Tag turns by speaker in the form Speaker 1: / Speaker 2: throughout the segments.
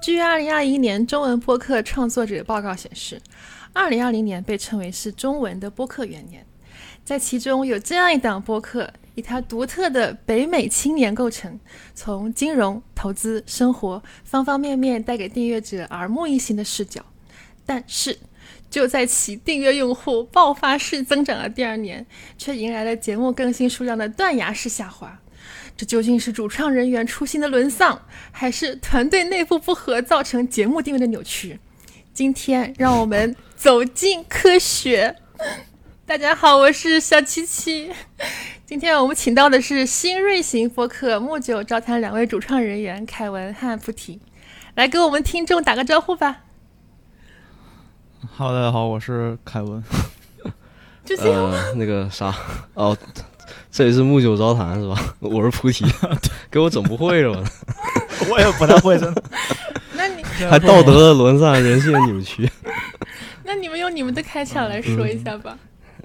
Speaker 1: 据二零二一年中文播客创作者报告显示，二零二零年被称为是中文的播客元年，在其中有这样一档播客，以它独特的北美青年构成，从金融、投资、生活方方面面带给订阅者耳目一新的视角。但是，就在其订阅用户爆发式增长的第二年，却迎来了节目更新数量的断崖式下滑。这究竟是主创人员初心的沦丧，还是团队内部不和造成节目定位的扭曲？今天让我们走进科学。大家好，我是小七七。今天我们请到的是新锐型播客《木九招谈》两位主创人员凯文和菩提，来跟我们听众打个招呼吧。
Speaker 2: Hello，大家好，我是凯文。
Speaker 1: 就这样，
Speaker 3: 呃，那个啥， 哦，这里是木九招谈是吧？ 我是菩提，给我整不会了，我
Speaker 2: 我也不太会， 真的。
Speaker 1: 那你
Speaker 3: 还道德的沦丧，人性的扭曲。
Speaker 1: 那你们用你们的开场来说一下吧。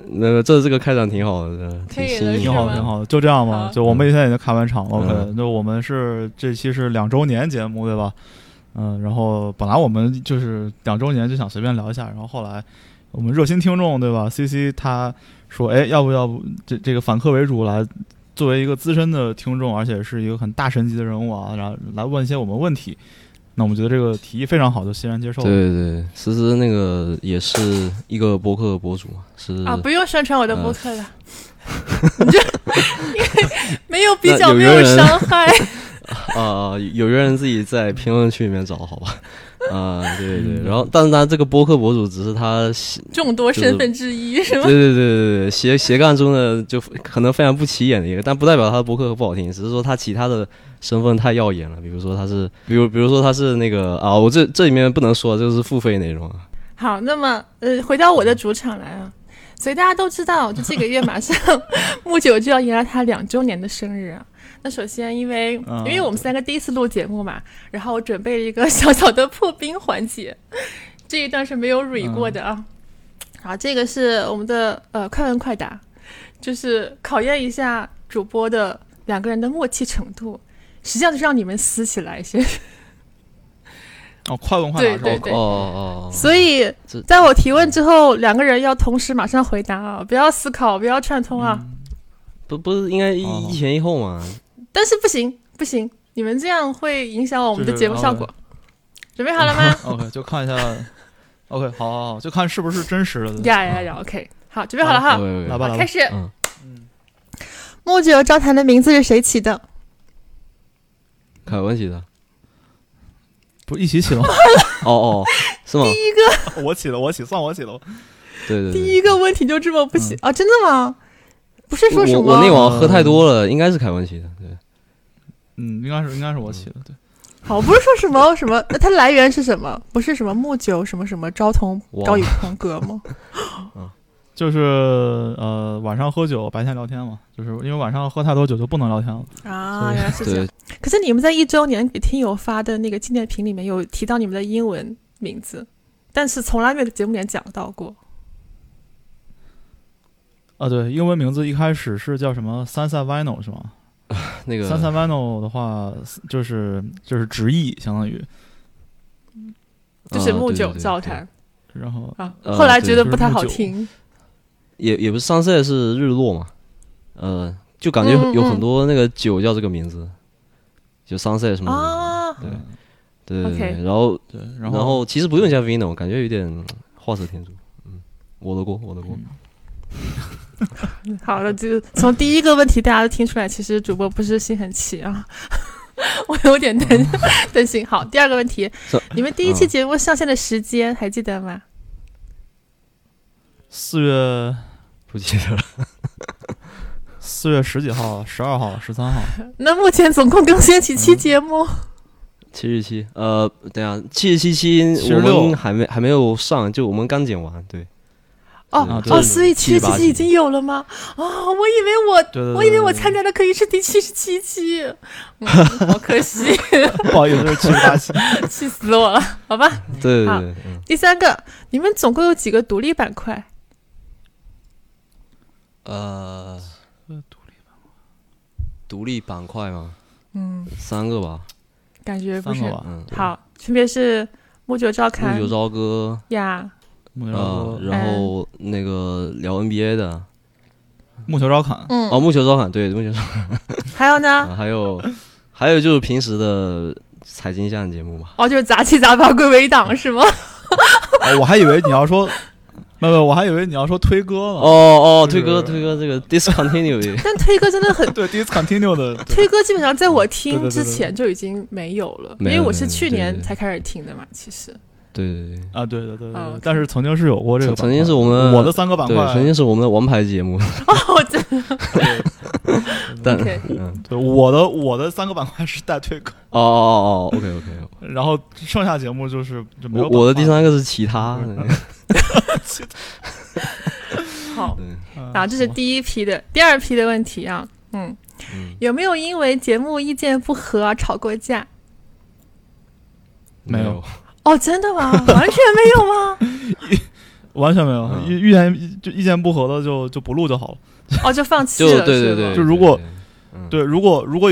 Speaker 3: 那个这这个开场挺好的，
Speaker 1: 可
Speaker 3: 挺
Speaker 1: 以
Speaker 3: 新
Speaker 1: 了
Speaker 3: 颖
Speaker 1: 是
Speaker 2: 挺好，
Speaker 1: 吗
Speaker 2: 挺好的，就这样
Speaker 1: 好。
Speaker 2: 吧就我们现在已经开完场了，
Speaker 3: 嗯
Speaker 2: 可能就我们是这期是两周年节目，对吧？嗯，然后本来我们就是两周年就想随便聊一下，然后后来我们热心听众对吧？C C 他说，哎，要不要不这这个反客为主来，作为一个资深的听众，而且是一个很大神级的人物啊，然后来问一些我们问题。那我们觉得这个提议非常好，就欣然接受
Speaker 3: 对
Speaker 2: 了。
Speaker 3: 对对，思思那个也是一个播客博主，是
Speaker 1: 啊，不用宣传我的播
Speaker 3: 呃
Speaker 1: 客了， 你这因为没有比较，
Speaker 3: 那有
Speaker 1: 没
Speaker 3: 一个人
Speaker 1: 伤害。
Speaker 3: 啊、啊有些人自己在评论区里面找，好吧？啊、对对对，然后但是他这个播客博主只是他
Speaker 1: 众多身份之一 是吗
Speaker 3: 对？对对对对，斜斜杠中的就可能非常不起眼的一个，但不代表他的播客不好听，只是说他其他的身份太耀眼了。比如说他是，比如比如说他是那个啊，我这这里面不能说，这个是付费内容啊。
Speaker 1: 好，那么呃，回到我的主场来啊。所以大家都知道，就这个月马上木九就要迎来他两周年的生日啊。那首先，因为因
Speaker 2: 嗯
Speaker 1: 为我们三个第一次录节目嘛，然后我准备了一个小小的破冰环节，这一段是没有蕊过的啊。好，这个是我们的呃快问快答，就是考验一下主播的两个人的默契程度。实际上就是让你们撕起来先。
Speaker 2: 哦，快问快答是吧
Speaker 1: 对
Speaker 3: 哦
Speaker 1: 对
Speaker 3: 哦哦，哦
Speaker 1: 所以
Speaker 3: 这，
Speaker 1: 在我提问之后，两个人要同时马上回答啊，不要思考，不要串通啊。
Speaker 3: 不不是应该一、
Speaker 2: 哦
Speaker 3: 一前一后嘛？
Speaker 1: 但是不行，不行，你们这样会影响我们的
Speaker 2: 就是
Speaker 1: 节目效果。准备好了吗？
Speaker 2: OK，就看一下。OK，好好好，就看是不是真实的。
Speaker 3: 嗯
Speaker 1: 呀呀呀！OK，好，准备好了哈，
Speaker 3: 对
Speaker 2: 来
Speaker 3: 对
Speaker 1: 好
Speaker 2: 吧，来
Speaker 1: 开
Speaker 2: 吧。
Speaker 1: 始。
Speaker 3: 嗯，
Speaker 1: 木九招谈的名字是谁起的？
Speaker 3: 凯文起的。
Speaker 2: 不一起起吗？
Speaker 3: 哦哦，是吗？
Speaker 2: 我起的，我起，算我起的。
Speaker 3: 对对
Speaker 1: 第
Speaker 3: 对。
Speaker 1: 一个问题就这么不行啊？真的吗？不是说什
Speaker 3: 我
Speaker 1: 么？啊
Speaker 3: 我那晚上喝太多了，应该是凯文起的，对，
Speaker 2: 嗯，应该是应该是我起的，对。
Speaker 1: 好，不是说什么 什么？那它来源是什么？不是什么木九什么什么昭同
Speaker 3: 哇
Speaker 1: 高宇同格吗？
Speaker 2: 就是呃，晚上喝酒，白天聊天嘛，就是因为晚上喝太多酒就不能聊天了。
Speaker 1: 啊，
Speaker 2: 所以
Speaker 1: 原来是这样
Speaker 3: 对。
Speaker 1: 可是你们在一周年给听友发的那个纪念品里面有提到你们的英文名字，但是从来没有在节目里面讲到过。
Speaker 2: 啊，对，英文名字一开始是叫什么 Sansa Vino 是吗
Speaker 3: 那个
Speaker 2: ？Sansa Vino 的话就是就是直译，相当于。
Speaker 1: 就是
Speaker 3: 啊
Speaker 1: 木
Speaker 3: 对对
Speaker 1: 九
Speaker 3: 对
Speaker 1: 赵
Speaker 3: 对
Speaker 1: 谈
Speaker 2: 然后
Speaker 1: 啊，
Speaker 3: 呃
Speaker 1: 后来觉得
Speaker 2: 对
Speaker 1: 不太好
Speaker 2: 就是木九
Speaker 1: 听。
Speaker 3: 也也不是 sunset 是日落嘛，呃，就感觉
Speaker 1: 嗯嗯
Speaker 3: 有很多那个酒叫这个名字，就 sunset 什么的，
Speaker 1: 啊，
Speaker 3: 对
Speaker 2: 嗯
Speaker 3: 对对
Speaker 1: OK
Speaker 3: 对，然后
Speaker 2: 对，
Speaker 3: 然
Speaker 2: 然后
Speaker 3: 其实不用加 vino，感觉有点嗯画蛇添足，嗯，我的锅我的锅，
Speaker 2: 嗯
Speaker 1: 好了，就从第一个问题大家都听出来，其实主播不是心很齐啊， 我有点担担心。好，第二个问题
Speaker 3: 是，
Speaker 1: 你们第一期
Speaker 3: 嗯
Speaker 1: 节目上线的时间还记得吗？
Speaker 2: 四月
Speaker 3: 不记得了，
Speaker 2: 四月十几号、十二号、十三号，
Speaker 1: 那目前总共更新几
Speaker 3: 嗯
Speaker 1: 期节目？
Speaker 3: 七十七，呃，等一下七十七期我
Speaker 2: 76
Speaker 3: 们还没还没有上，就我们刚剪完，对，
Speaker 1: 哦
Speaker 3: 啊
Speaker 2: 对
Speaker 1: 哦，所以七
Speaker 3: 七
Speaker 1: 十
Speaker 3: 十
Speaker 1: 七
Speaker 3: 八
Speaker 1: 期已
Speaker 3: 集
Speaker 1: 经有了吗？哦，我以为我
Speaker 2: 对对对
Speaker 1: 我以为我参加的可以是第七十七期， 嗯，好可惜，
Speaker 2: 不好意思，是七十八期。
Speaker 1: 气死我了。好吧，
Speaker 3: 对对
Speaker 1: 好
Speaker 3: 对，嗯
Speaker 1: 第三个，你们总共有几个独立板块？
Speaker 3: 呃，独立板块嘛，
Speaker 1: 嗯，
Speaker 3: 三个吧，
Speaker 1: 感觉不
Speaker 2: 三
Speaker 1: 是
Speaker 2: 个。吧，
Speaker 3: 嗯，
Speaker 1: 好，分别是木九照看
Speaker 3: 木九朝歌，
Speaker 1: 呀，
Speaker 2: 木球
Speaker 3: 呃，
Speaker 2: 朝
Speaker 3: 然后
Speaker 1: 嗯
Speaker 3: 那个聊 NBA 的，
Speaker 2: 木球朝砍，
Speaker 1: 嗯，
Speaker 3: 哦，木球朝砍，对，木球朝
Speaker 1: 还有
Speaker 2: 啊
Speaker 1: 呢，
Speaker 3: 啊砍，还有还有就是平时的财经项节目嘛，
Speaker 1: 哦，就是杂七杂八归为一档是吗？
Speaker 2: 哦我还以为你要说，没有，没有我还以为你要说推歌呢。
Speaker 3: 哦哦，推
Speaker 2: 就
Speaker 3: 歌
Speaker 2: 是
Speaker 3: 推歌这个 discontinue，
Speaker 1: 但推歌真的很，
Speaker 2: 对，discontinue 的，
Speaker 1: 推歌基本上在我听
Speaker 2: 对对对
Speaker 1: 之
Speaker 2: 对
Speaker 1: 前就已经没有了，
Speaker 3: 没有
Speaker 1: 因为我是去
Speaker 3: 对对
Speaker 1: 年
Speaker 3: 对
Speaker 1: 才开始听的嘛，其实。
Speaker 3: 对对对。
Speaker 2: 啊，对对对对
Speaker 1: 啊
Speaker 2: 对
Speaker 1: ，OK，
Speaker 2: 但是曾经是有过这个
Speaker 3: 哦曾
Speaker 2: 板块，
Speaker 3: 曾经是我们
Speaker 2: 我的三个板
Speaker 3: 对，
Speaker 2: 块，
Speaker 3: 曾经是我们的王牌节 目，
Speaker 1: 哦，我真
Speaker 3: 但
Speaker 1: OK
Speaker 3: 嗯，
Speaker 2: 对我的我的三个板块是带推歌，
Speaker 3: 哦哦哦 ，OK OK，
Speaker 2: 然后剩下节目就是就没有啊板
Speaker 3: 我
Speaker 2: 块
Speaker 3: 我的第三个是其他，
Speaker 1: 好。
Speaker 2: 嗯
Speaker 1: 啊，这是第一批的，第二批的问题啊，嗯，
Speaker 3: 嗯
Speaker 1: 有没有因为节目意见不合而吵过架？
Speaker 2: 没有，
Speaker 1: 哦，真的 吗？完全没有吗？
Speaker 2: 完全没有
Speaker 3: 嗯
Speaker 2: 意意见就意见不合的就就不录就好了。
Speaker 1: 哦，就放弃
Speaker 3: 就
Speaker 1: 了，
Speaker 3: 对
Speaker 1: 是
Speaker 3: 对
Speaker 1: 吗
Speaker 3: 对，
Speaker 2: 就如果
Speaker 3: 对，嗯
Speaker 2: 对，如果如果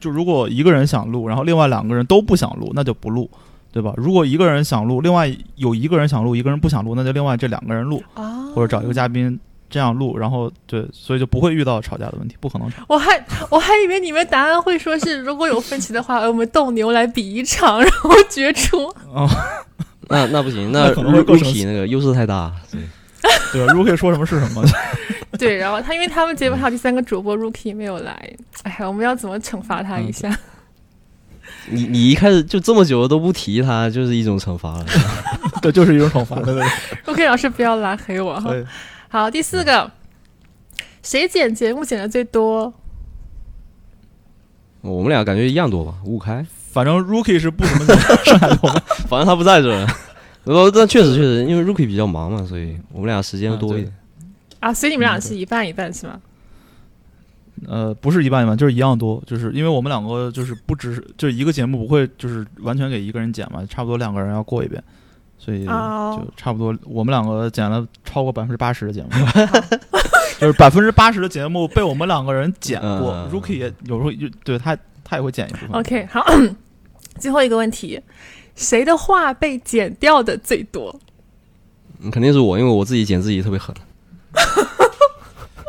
Speaker 2: 就如果一个人想录，然后另外两个人都不想录，那就不录，对吧？如果一个人想录，另外有一个人想录，一个人不想录，那就另外这两个人录，
Speaker 1: 啊，
Speaker 2: 或者找一个嘉宾这样录，然后对，所以就不会遇到吵架的问题，不可能吵。
Speaker 1: 我还我还以为你们答案会说是如果有分歧的话， 呃我们斗牛来比一场，然后决出。
Speaker 2: 哦，
Speaker 3: 那那 不行，那
Speaker 2: 那可能会
Speaker 3: r
Speaker 2: 更
Speaker 3: o
Speaker 2: 生
Speaker 3: k
Speaker 2: 气
Speaker 3: 那个优势太大，对，
Speaker 2: 对吧？Rookie 说什么是什 么，
Speaker 1: 对，然后他因为他们节目上第三个主播 Rookie 没有来，哎呀，我们要怎么惩罚他一下？
Speaker 3: 嗯你你一开始就这么久都不提他，就是一种惩罚 了。
Speaker 2: 对，就是一种惩罚。对 对
Speaker 1: Rookie 老师不要拉黑我哈。
Speaker 2: 对，
Speaker 1: 好，第四个，谁剪节目剪的最多？
Speaker 3: 我们俩感觉一样多吧，五五开，
Speaker 2: 反正 Rookie 是不怎么想剩下的我们
Speaker 3: 反正他不在这 儿。然后但确实确实，因为 Rookie 比较忙嘛，所以我们俩时间会多一点。
Speaker 1: 啊，所以你们俩
Speaker 2: 嗯
Speaker 1: 是一半一半是吗？
Speaker 2: 呃不是一半一半，就是一样多，就是因为我们两个就是不只是就一个节目不会就是完全给一个人剪嘛，差不多两个人要过一遍，所以
Speaker 1: 哦
Speaker 2: 就差不多我们两个剪了超过百分之八十的节目， 就是百分之八十的节目被我们两个人剪过、
Speaker 3: 嗯
Speaker 2: r o o k i e 也有时候就对他他也会剪一部分。
Speaker 1: OK，好， 最后一个问题，谁的话被剪掉的最多？
Speaker 3: 嗯肯定是我，因为我自己剪自己特别狠。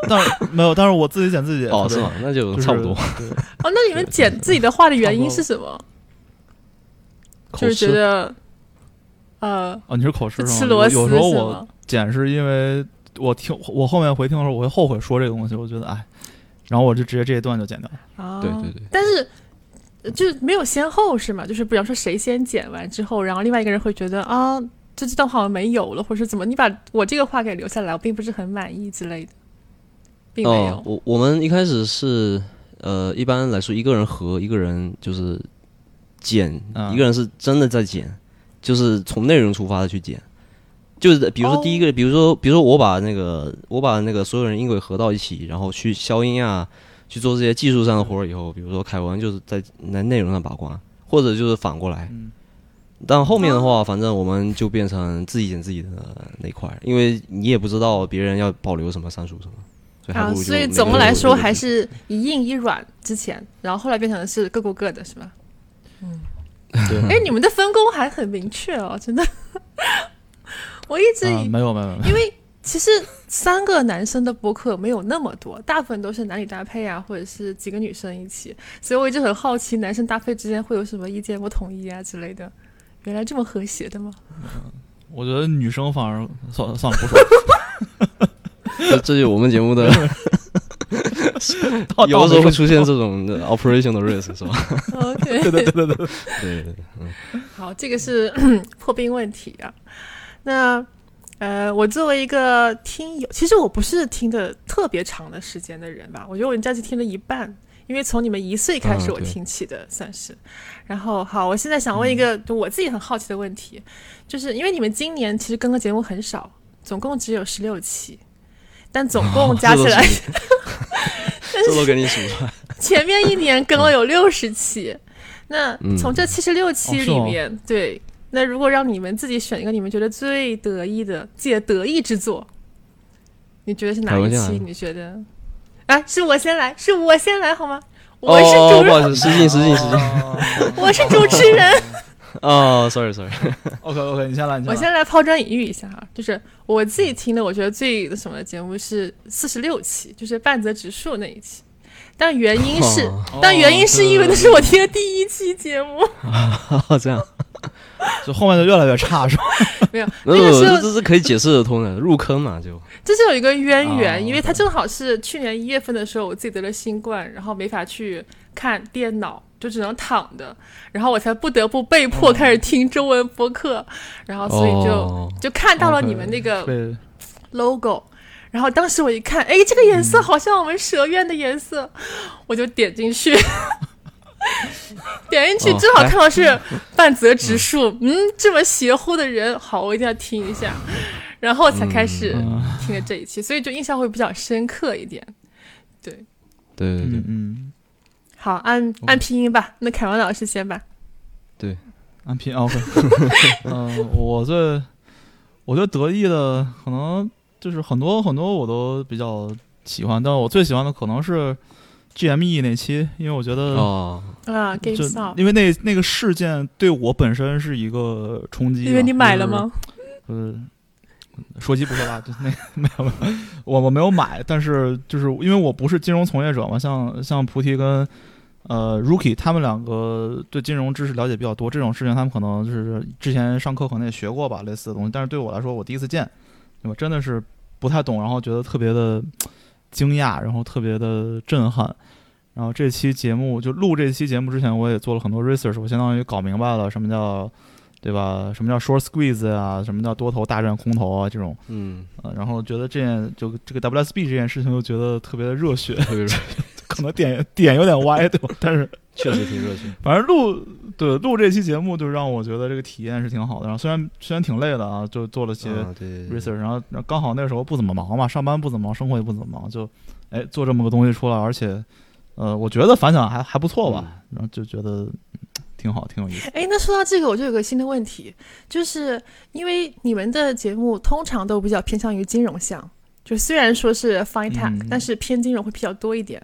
Speaker 2: 但是没有，但是我自己剪自己也
Speaker 3: 哦，
Speaker 2: 特别
Speaker 3: 是吗？那就
Speaker 2: 就是
Speaker 3: 差不多。。
Speaker 2: 对
Speaker 1: 哦，那你们剪自己的话的原因是什么？就
Speaker 3: 口
Speaker 1: 是觉
Speaker 3: 吃，
Speaker 1: 得，呃，
Speaker 2: 哦，你是口吃
Speaker 1: 是
Speaker 2: 是吗？
Speaker 1: 吃螺丝
Speaker 2: 有有时候
Speaker 1: 是
Speaker 2: 我
Speaker 1: 吗？
Speaker 2: 剪是因为我听我后面回听的时候，我会后悔说这个东西，我觉得哎，然后我就直接这一段就剪掉了。
Speaker 1: 啊，
Speaker 3: 对对对。
Speaker 1: 但是呃就是没有先后是吗？就是比方说谁先剪完之后，然后另外一个人会觉得啊，这这段好像没有了，或者是怎么你把我这个话给留下来，我并不是很满意之类的，并没有。
Speaker 3: 哦，我我们一开始是呃，一般来说一个人和一个人就是剪，
Speaker 2: 嗯
Speaker 3: 一个人是真的在剪，就是从内容出发的去剪。就是比如
Speaker 1: 哦
Speaker 3: 说第一个，比如说比如说我把那个我把那个所有人音轨合到一起，然后去消音啊，去做这些技术上的活儿以后，比如说凯文就是在在内容上把关，或者就是反过来。
Speaker 2: 嗯，
Speaker 3: 但后面的话，反正我们就变成自己剪自己的那一块儿，因为你也不知道别人要保留什么、删除什么，所以还
Speaker 1: 啊，
Speaker 3: 不如就
Speaker 1: 所以
Speaker 3: 每个
Speaker 1: 总的
Speaker 3: 人
Speaker 1: 来
Speaker 3: 有
Speaker 1: 说
Speaker 3: 自己
Speaker 1: 还是一硬一软之前，然后后来变成的是各过各的，是吧？哎
Speaker 2: 对。，嗯
Speaker 1: 你们的分工还很明确哦，真的。 我一直以、
Speaker 2: 啊，没有没有没有，
Speaker 1: 因为其实三个男生的播客没有那么多，大部分都是男女搭配啊，或者是几个女生一起，所以我一直很好奇男生搭配之间会有什么意见不统一啊之类的。原来这么和谐的吗？
Speaker 2: 我觉得女生反而算了算了，不 说了
Speaker 3: 这这就是我们节目 的，
Speaker 2: 到。
Speaker 3: 有
Speaker 2: 到
Speaker 3: 的时候
Speaker 2: 没
Speaker 3: 会
Speaker 2: 说
Speaker 3: 出现这种的 operational risk 是吧？
Speaker 1: OK，
Speaker 2: 对对对对对，
Speaker 3: 对对嗯对，
Speaker 1: 好，这个是 破冰问题啊。那呃，我作为一个听友，其实我不是听的特别长的时间的人吧，我觉得我应该是听了一半，因为从你们一岁开始
Speaker 3: 嗯
Speaker 1: 我
Speaker 3: 对
Speaker 1: 听起的，算是。然后好，我现在想问一
Speaker 3: 嗯
Speaker 1: 个就我自己很好奇的问题，就是因为你们今年其实更的节目很少，总共只有十六期，但总共加起来
Speaker 3: 哦这都是你 这都给你数 出来，
Speaker 1: 前面一年更了有六十期，那
Speaker 3: 嗯
Speaker 1: 从这七十六期里面，对，那如果让你们自己选一个你们觉得最得意的、自己的得意之作，你觉得是哪
Speaker 3: 凯文
Speaker 1: 一
Speaker 3: 先来
Speaker 1: 期？
Speaker 3: 吧
Speaker 1: 啊你觉得？哎，是我先来，是我先来好吗？我是
Speaker 3: 哦
Speaker 1: 主
Speaker 3: 不好意思，失敬失敬失敬。
Speaker 1: 我是主持人。
Speaker 3: 哦，sorry sorry，
Speaker 2: OK OK，你先来，你
Speaker 1: 我
Speaker 2: 先来。
Speaker 1: 先来抛砖引玉一下啊，就是我自己听的，我觉得最那什么的节目是四十六期，就是半泽直树那一期。但原因是，
Speaker 2: 哦
Speaker 1: 但原因是因为那是我听的第一期节目，
Speaker 3: 哦这样，
Speaker 2: 就后面就越来越差，是吧？
Speaker 1: 没有那
Speaker 3: 那
Speaker 1: 个
Speaker 3: 我
Speaker 1: 时
Speaker 3: 这
Speaker 1: 候
Speaker 3: 这是可以解释得通的，入坑嘛就。
Speaker 1: 这是有一个渊源，
Speaker 3: 哦
Speaker 1: 因为它正好是去年一月份的时候，我自己得了新冠，然后没法去看电脑，就只能躺着，然后我才不得不被迫开始听中文播客，然后所以就、
Speaker 3: 哦
Speaker 1: 就看到了你们那个
Speaker 2: 对，
Speaker 1: logo，然后当时我一看，哎，这个颜色好像我们蛇院的颜色，我就点进去， 点进去
Speaker 3: 哦
Speaker 1: 正好看到是半泽直树，嗯，这么邪乎的人，好，我一定要听一下，然后才开始
Speaker 2: 嗯
Speaker 1: 听了这一期，所以就印象会比较深刻一点。对，
Speaker 3: 对对对
Speaker 2: 嗯，嗯，
Speaker 1: 好，按按拼音吧，那凯文老师先吧。
Speaker 2: 安平啊 OK。嗯，我最我最得意的可能就是很多很多我都比较喜欢，但我最喜欢的可能是 GME 那期，因为我觉得
Speaker 3: 哦，
Speaker 1: 啊
Speaker 2: 就
Speaker 1: ，GameStop，
Speaker 2: 因为那那个事件对我本身是一个冲击吧。啊
Speaker 1: 因为你买了吗？
Speaker 2: 就是？呃，说鸡不说话， 就那没有没有，我我没有买，但是就是因为我不是金融从业者嘛，像像菩提跟呃 Rookie 他们两个对金融知识了解比较多，这种事情他们可能就是之前上课可能也学过吧，类似的东西，但是对我来说我第一次见，对吧？真的是不太懂，然后觉得特别的惊讶，然后特别的震撼。然后这期节目就录这期节目之前，我也做了很多 research，我相当于搞明白了什么叫，对吧？什么叫 short squeeze 啊，什么叫多头大战空头啊这种，
Speaker 3: 嗯，
Speaker 2: 呃，然后觉得这件就这个 WSB 这件事情，就觉得特别的热血，
Speaker 3: 特别热，
Speaker 2: 可能点点有点歪，对吧？ 但是
Speaker 3: 确实挺热情。
Speaker 2: 反正录对录这期节目，就让我觉得这个体验是挺好的。然后虽然虽然挺累的啊，就做了些
Speaker 3: 啊，对对对
Speaker 2: research，然后然后刚好那时候不怎么忙嘛，上班不怎么忙，生活也不怎么忙，就哎做这么个东西出来，而且呃，我觉得反响还还不错
Speaker 3: 嗯
Speaker 2: 吧，然后就觉得嗯挺好，挺有意思。
Speaker 1: 哎，那说到这个，我就有个新的问题，就是因为你们的节目通常都比较偏向于金融项，就虽然说是 fine tech，、
Speaker 2: 嗯
Speaker 1: 但是偏金融会比较多一点。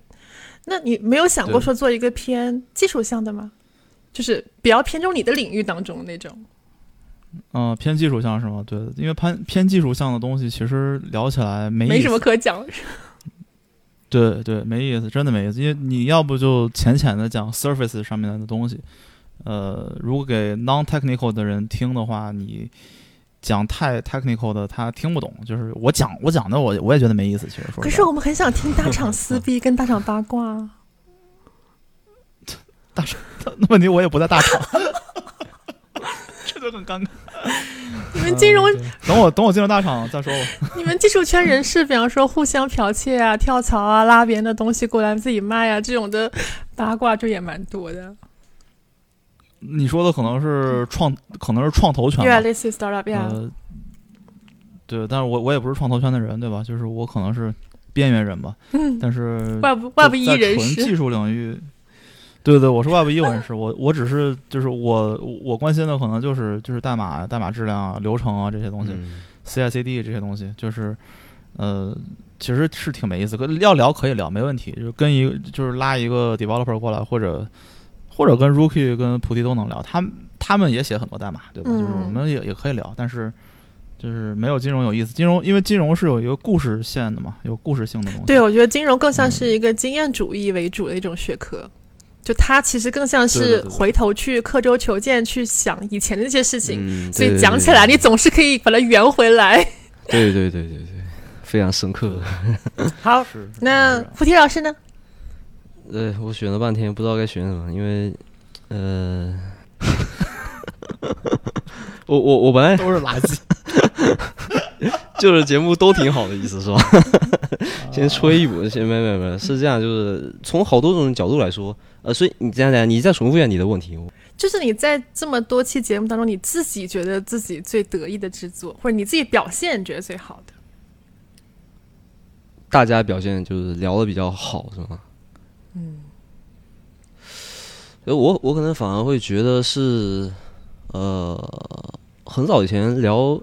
Speaker 1: 那你没有想过
Speaker 3: 对
Speaker 1: 说做一个偏技术项的吗？就是比较偏重你的领域当中那种。
Speaker 2: 嗯、偏技术项是吗？对，因为偏偏技术项的东西，其实聊起来没
Speaker 1: 没
Speaker 2: 意
Speaker 1: 什
Speaker 2: 思。
Speaker 1: 么可讲，
Speaker 2: 对对，没意思，真的没意思。因为你要不就浅浅的讲 surface 上面的东西，呃，如果给 non technical 的人听的话，你讲太 technical 的他听不懂。就是我讲我讲的我我也觉得没意思，其实说
Speaker 1: 可
Speaker 2: 实
Speaker 1: 是
Speaker 2: 话
Speaker 1: 我们很想听大厂撕逼跟大厂八卦 啊。
Speaker 2: 那问题我也不在 大厂，这就很尴尬。
Speaker 1: 你们金融，
Speaker 2: 嗯对等我等我进入大厂再说吧。
Speaker 1: 你们技术圈人士，比方说互相剽窃啊、跳槽啊、拉别人的东西过来自己卖啊，这种的 八卦就也蛮多的。
Speaker 2: 你说的可能是创，可能是创投圈吧。
Speaker 1: Yeah，类似 startup yeah。
Speaker 2: 呃，对，但是我我也不是创投圈的人，对吧？就是我可能是边缘人吧。
Speaker 1: 嗯
Speaker 2: 但是
Speaker 1: 外部外部一
Speaker 2: 在
Speaker 1: 人
Speaker 2: 纯
Speaker 1: 士，
Speaker 2: 技术领域，对对，我是外部一人士，我我只是就是我我关心的可能就是就是代码代码质量啊、流程啊这些东西、
Speaker 3: 嗯
Speaker 2: c i c d 这些东西，就是呃，其实是挺没意思，可要聊可以聊，没问题，就是跟一个就是拉一个 developer 过来，或者或者跟 Rookie 跟菩提都能聊，他们他们也写很多代码，对吧？
Speaker 1: 嗯
Speaker 2: 就是我们也也可以聊，但是。就是没有金融有意思，金融因为金融是有一个故事线的嘛，有故事性的东西。
Speaker 1: 对我哦觉得金融更像是一个经验主义为主的一种学科，就它其实更像
Speaker 3: 对
Speaker 1: 是
Speaker 3: 对对对
Speaker 1: 回头去刻舟求剑，去想以前的那些事情，
Speaker 3: 嗯，
Speaker 1: 所
Speaker 3: 对
Speaker 1: 以讲起来你总是可以把它圆回 来。
Speaker 3: 对对对对对对，非常深刻。
Speaker 1: 好，
Speaker 2: 是，是
Speaker 1: 那
Speaker 2: 是
Speaker 1: 菩提老师呢？
Speaker 3: 呃，我选了半天不知道该选什么，因为呃， 我我我本来
Speaker 2: 都是垃圾。
Speaker 3: 就是节目都挺好的意思 是吧？先吹一波，
Speaker 2: 啊
Speaker 3: 先没没没，是这样，就是从好多种角度来说，呃，所以你这样讲，你再重复一下你的问题，我
Speaker 1: 就是你在这么多期节目当中，你自己觉得自己最得意的制作，或者你自己表现觉得最好的，
Speaker 3: 大家表现就是聊的比较好，是吗？嗯，我我可能反而会觉得是，呃，很早以前聊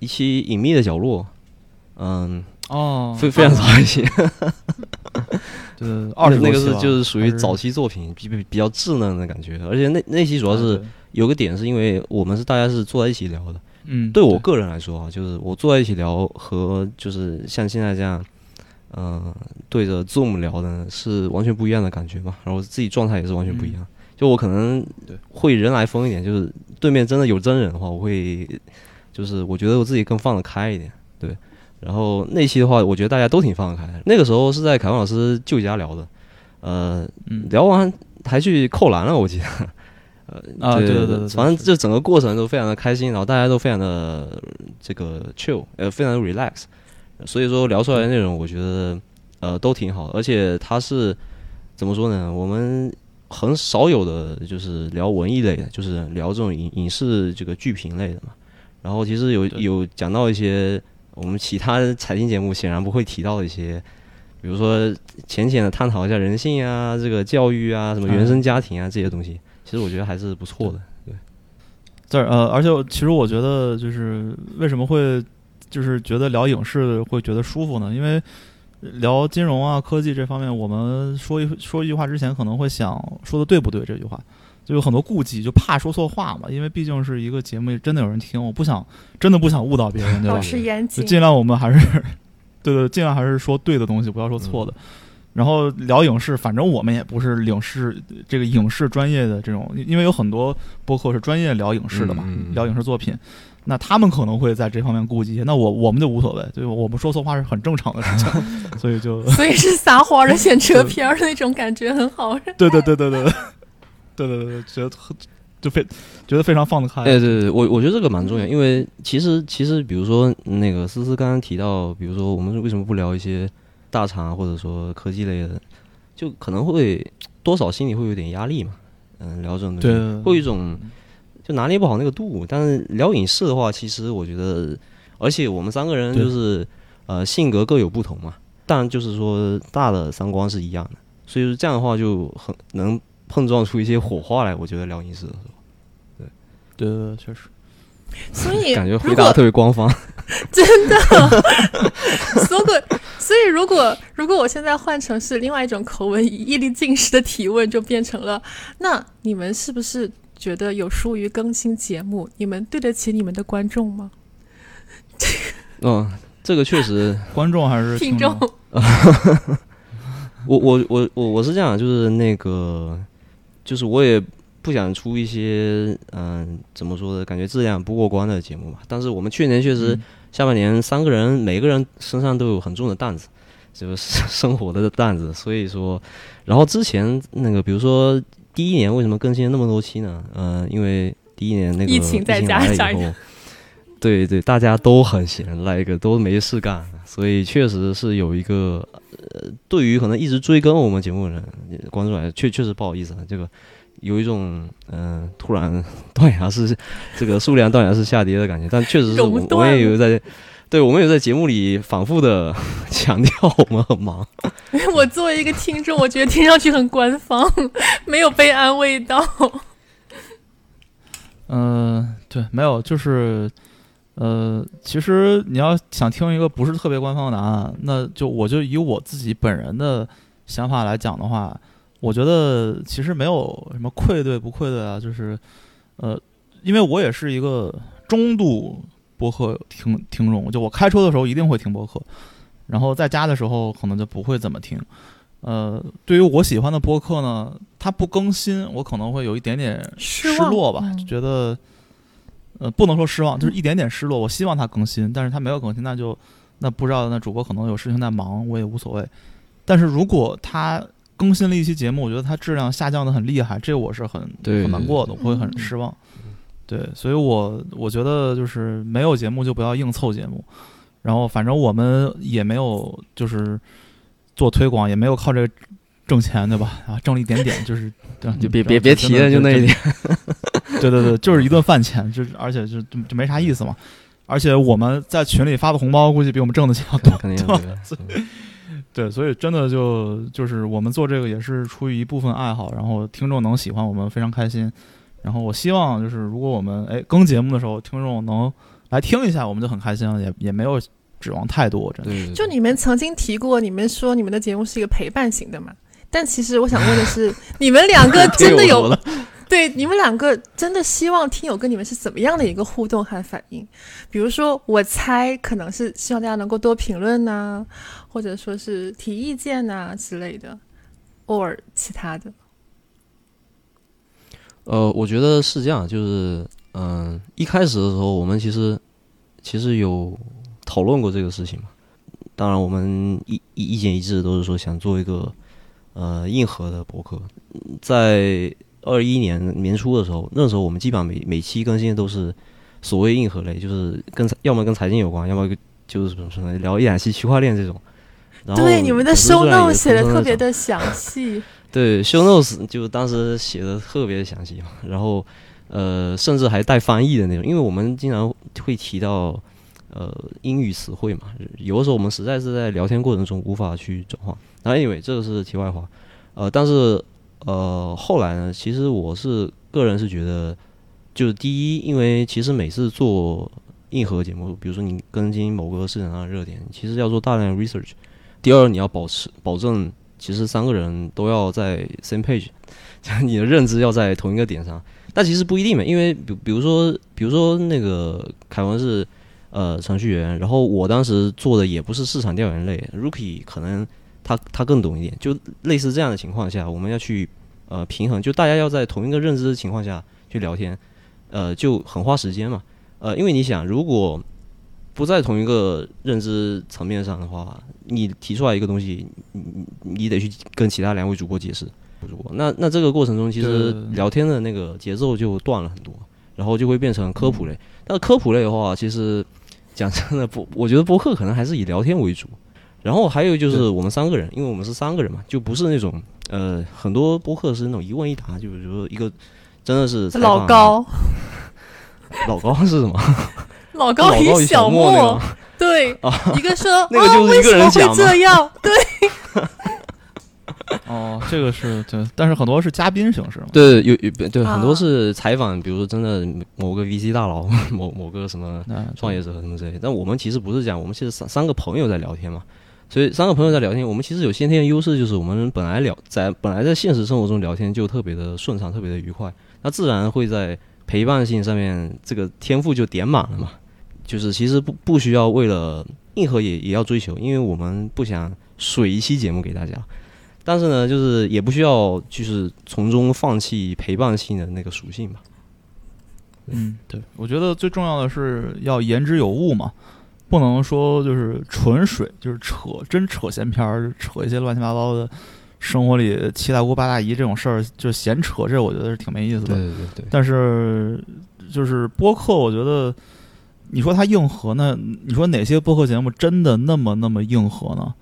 Speaker 3: 一期《隐秘的角落》，嗯，
Speaker 2: 哦，
Speaker 3: 非非常早以前，
Speaker 2: 就是二十 多
Speaker 3: 那个
Speaker 2: 期
Speaker 3: 是
Speaker 2: 吧
Speaker 3: 就是属于
Speaker 2: 还是
Speaker 3: 早期作品，比比比较稚嫩的感觉，而且那那期主要
Speaker 2: 啊
Speaker 3: 是
Speaker 2: 对
Speaker 3: 有个点，是因为我们是大家是坐在一起聊的。
Speaker 2: 嗯，
Speaker 3: 对我个人来说啊，就是我坐在一起聊和就是像现在这样，嗯、对着 Zoom 聊呢是完全不一样的感觉嘛，然后自己状态也是完全不一样。
Speaker 2: 嗯
Speaker 3: 就我可能会人来疯一点，就是对面真的有真人的话，我会就是我觉得我自己更放得开一点，对。然后那期的话，我觉得大家都挺放得开的。那个时候是在凯文老师舅家聊的，呃，
Speaker 2: 嗯
Speaker 3: 聊完还去扣篮了，我记得。
Speaker 2: 啊，对
Speaker 3: 对
Speaker 2: 对对，
Speaker 3: 反正
Speaker 2: 是
Speaker 3: 这整个过程都非常的开心，然后大家都非常的呃这个 chill，呃，非常的 relax，所以说聊出来的内容，我觉得呃都挺好的，而且它是怎么说呢？我们很少有的就是聊文艺类的，就是聊这种影影视这个剧评类的嘛。然后其实有
Speaker 2: 对
Speaker 3: 有讲到一些我们其他财经节目显然不会提到的一些，比如说浅浅的探讨一下人性啊、这个教育啊、什么原生家庭啊这些东西，其实我觉得还是不错的。
Speaker 2: 这儿呃，而且我其实我觉得就是为什么会就是觉得聊影视会觉得舒服呢？因为聊金融啊、科技这方面，我们说一说一句话之前，可能会想说的对不对这句话，就有很多顾忌，就怕说错话嘛。因为毕竟是一个节目，真的有人听，我不想真的不想误导别人，对吧
Speaker 1: 保？持严
Speaker 2: 就
Speaker 1: 谨，
Speaker 2: 尽量我们还是对对，尽量还是说对的东西，不要说错
Speaker 3: 嗯
Speaker 2: 的。然后聊影视，反正我们也不是影视这个影视专业的这种，因因为有很多播客是专业聊影视的嘛，
Speaker 3: 嗯嗯嗯
Speaker 2: 聊影视作品，那他们可能会在这方面顾忌一些。那我我们就无所谓，对吧我们说错话是很正常的事 情，所以就
Speaker 1: 所以是撒谎而选车片儿的那种感觉很好。
Speaker 2: 对对对对对对对对对，觉得特就非觉得非常放得开。
Speaker 3: 哎，对对对，我我觉得这个蛮重
Speaker 1: 嗯
Speaker 3: 要，因为其实其实，比如说那个思思刚刚提到，比如说我们为什么不聊一些大厂啊或者说科技类的，就可能会多少心里会有点压力嘛。嗯，聊这种东西，
Speaker 2: 对对对
Speaker 3: 会有一种就拿捏不好那个度。但是聊影视的话，其实我觉得，而且我们三个人
Speaker 2: 对
Speaker 3: 就是呃性格各有不同嘛，当然就是说大的三观是一样的，所以说这样的话就很能碰撞出一些火花来。我觉得聊影视的时候
Speaker 2: 对对对，确实。
Speaker 1: 所以
Speaker 3: 感觉回
Speaker 1: 哎如
Speaker 3: 答得
Speaker 1: 果
Speaker 3: 特别官方。
Speaker 1: 真的，所以所以如果如果我现在换成是另外一种口吻，以毅力进食的提问，就变成了：那你们是不是觉得有疏于更新节目？你们对得起你们的观众吗？
Speaker 3: 嗯，这个确实，
Speaker 2: 观众还是
Speaker 1: 听
Speaker 2: 听众
Speaker 1: 众？
Speaker 3: 我我我我我是这样，就是那个，就是我也不想出一些嗯、怎么说的感觉质量不过关的节目吧。但是我们去年确实
Speaker 2: 嗯
Speaker 3: 下半年三个人每个人身上都有很重的担子，就是 生活的担子。所以说，然后之前那个，比如说第一年为什么更新了那么多期呢？呃，因为第一年那个
Speaker 1: 疫情在家
Speaker 3: 来了以
Speaker 1: 家里
Speaker 3: 后，对对，大家都很闲，来一个都没事干，所以确实是有一个呃，对于可能一直追更我们节目的人观众来，确确实不好意思啊，这个有一种嗯、呃突然断崖式这个数量断崖式下跌的感觉，但确实是我
Speaker 1: 熔
Speaker 3: 我
Speaker 1: 断
Speaker 3: 们也有在。对，我们有在节目里反复的 强调我们很忙，
Speaker 1: 因为我作为一个听众，我觉得听上去很官方， 没有被安慰到。
Speaker 2: 嗯，对，没有，就是，呃，其实你要想听一个不是特别官方的答案，那就我就以我自己本人的想法来讲的话，我觉得其实没有什么愧对不愧对啊，就是，呃，因为我也是一个中度播客听听众，就我开车的时候一定会听播客，然后在家的时候可能就不会怎么听。呃，对于我喜欢的播客呢，它不更新，我可能会有一点点
Speaker 1: 失
Speaker 2: 失
Speaker 1: 望
Speaker 2: 落吧，
Speaker 1: 嗯
Speaker 2: 就觉得，呃，不能说失望，就是一点点失落。我希望它更新，但是它没有更新，那就那不知道那主播可能有事情在忙，我也无所谓。但是如果它更新了一期节目，我觉得它质量下降的很厉害，这我是很
Speaker 3: 对
Speaker 2: 很难过的，我会很
Speaker 1: 嗯
Speaker 2: 失望。对，所以我我觉得就是没有节目就不要硬凑节目，然后反正我们也没有就是做推广，也没有靠这个挣钱，对吧？啊，挣了一点点，就是对吧
Speaker 3: 就别别别提了，就那一点。
Speaker 2: 对对对，就是一顿饭钱，就是而且就就就没啥意思嘛。而且我们在群里发的红包，估计比我们挣的 钱要多。
Speaker 3: 肯定
Speaker 2: 对
Speaker 3: 要
Speaker 2: 吧对，所以真的就就是我们做这个也是出于一部分爱好，然后听众能喜欢我们非常开心。然后我希望就是如果我们哎更节目的时候，听众能来听一下，我们就很开心了，也也没有指望太多，真的。
Speaker 3: 对，
Speaker 1: 就你们曾经提过，你们说你们的节目是一个陪伴型的嘛？但其实我想问的 是，你们两个真的有 对你们两个真的希望听友跟你们是怎么样的一个互动和反应？比如说，我猜可能是希望大家能够多评论呐、或者说是提意见呐、之类的，or 其他的。
Speaker 3: 呃，我觉得是这样，就是嗯、一开始的时候，我们其实其实有讨论过这个事情嘛。当然，我们意意意见一致，都是说想做一个呃硬核的博客。在二一年年初的时候，那时候我们基本上每每期更新都是所谓硬核类，就是跟要么跟财经有关，要么就是什么什么聊一两期区块链这种。然后
Speaker 1: 对，你们的
Speaker 3: 总之
Speaker 1: show
Speaker 3: 虽然
Speaker 1: note 写的
Speaker 3: 也匆匆
Speaker 1: 特别
Speaker 3: 讲
Speaker 1: 的详细，
Speaker 3: 对，show notes 就当时写的特别详细嘛，然后呃，甚至还带翻译的那种，因为我们经常会提到呃英语词汇嘛，有的时候我们实在是在聊天过程中无法去转换。然后 anyway，这个是题外话，呃，但是呃后来呢，其实我是个人是觉得，就是第一，因为其实每次做硬核节目，比如说你跟进某个市场上的热点，其实要做大量的 research。第二，你要保持保证其实三个人都要在 same page，就是 你的认知要在同一个点上。但其实不一定嘛，因为比比如说，比如说那个凯文是呃程序员，然后我当时做的也不是市场调研类，Rookie 可能他他更懂一点。就类似这样的情况下，我们要去呃平衡，就大家要在同一个认知的情况下去聊天，呃就很花时间嘛。呃，因为你想，如果不在同一个认知层面上的话，你提出来一个东西，你你你得去跟其他两位主播解释。主播，那那这个过程中，其实
Speaker 2: 对
Speaker 3: 聊天的那个节奏就断了很多，然后就会变成科
Speaker 2: 嗯
Speaker 3: 普类。但科普类的话，其实讲真的，播我觉得播客可能还是以聊天为主。然后还有就是
Speaker 2: 对
Speaker 3: 我们三个人，因为我们是三个人嘛，就不是那种呃很多播客是那种一问一答，就比如说一个真的 是采访
Speaker 1: 老高，
Speaker 3: 老高是什么？
Speaker 1: 老
Speaker 3: 老
Speaker 1: 高与
Speaker 3: 与
Speaker 1: 小
Speaker 3: 莫那个吗
Speaker 1: 对，一个说
Speaker 3: 那个
Speaker 1: 哦，
Speaker 3: 就是一
Speaker 1: 为
Speaker 3: 个
Speaker 1: 什
Speaker 3: 人
Speaker 1: 么会
Speaker 3: 讲 嘛
Speaker 1: 这样？对，
Speaker 2: 哦，这个是对，但是很多是嘉宾形式嘛。
Speaker 3: 对，有有对、
Speaker 1: 啊
Speaker 3: 很多是采访，比如说真的某个 VC 大佬， 某某个什么
Speaker 2: 对，
Speaker 3: 创业者什么之类的。但我们其实不是这样，我们其实三三个朋友在聊天嘛，所以三个朋友在聊天，我们其实有先天的优势，就是我们本来聊在本来在现实生活中聊天就特别的顺畅，特别的愉快，那自然会在陪伴性上面这个天赋就点满了嘛。就是其实不不需要为了硬核也也要追求，因为我们不想水一期节目给大家。但是呢，就是也不需要，就是从中放弃陪伴性的那个属性吧。
Speaker 2: 嗯，对，我觉得最重要的是要言之有物嘛，不能说就是纯水，就是扯真扯闲篇儿，扯一些乱七八糟的。生活里七大姑八大姨这种事儿，就闲扯，这我觉得是挺没意思的。
Speaker 3: 对对
Speaker 2: 但是就是播客，我觉得你说它硬核呢，你说哪些播客节目真的那么那么硬核呢？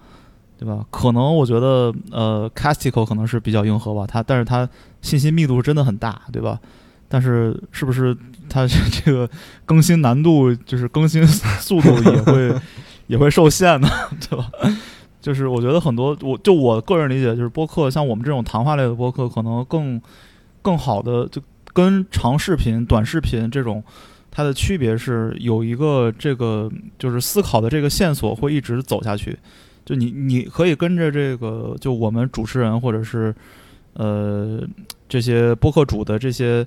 Speaker 2: 对吧？可能我觉得呃，Castico 可能是比较硬核吧，它但是它信息密度是真的很大，对吧？但是是不是它这个更新难度，就是更新速度也会 也会受限呢？ 对吧？就是我觉得很多，我就我个人理解，就是播客像我们这种谈话类的播客，可能更更好的就跟长视频、短视频这种它的区别是有一个这个就是思考的这个线索会一直走下去。就你你可以跟着这个就我们主持人或者是呃这些播客主的这些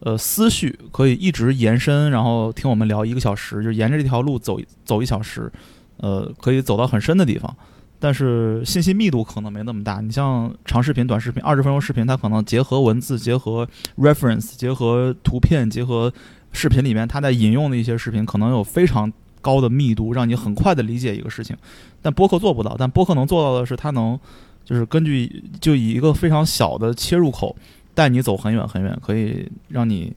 Speaker 2: 呃思绪可以一直延伸，然后听我们聊一个小时，就沿着这条路走走一小时，呃，可以走到很深的地方。但是信息密度可能没那么大，你像长视频、短视频、二十分钟视频，它可能结合文字、结合 reference 结合图片、结合视频里面他在引用的一些视频，可能有非常高的密度，让你很快的理解一个事情。但播客做不到，但播客能做到的是，它能就是根据就以一个非常小的切入口带你走很远很远，可以让你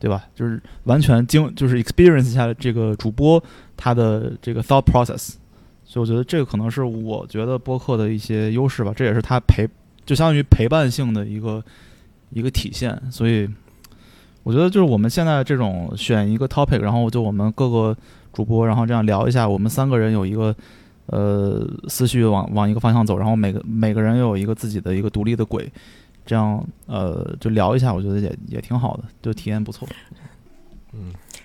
Speaker 2: 对吧？就是完全经就是 experience 一下这个主播他的这个 thought process。所以我觉得这个可能是我觉得播客的一些优势吧，这也是它陪就相当于陪伴性的一个一个体现。所以我觉得就是我们现在这种选一个 topic，然后就我们各个主播，然后这样聊一下，我们三个人有一个呃思绪往往一个方向走，然后每个每个人有一个自己的一个独立的轨。这样，呃，就聊一下，我觉得也也挺好的，就体验不错。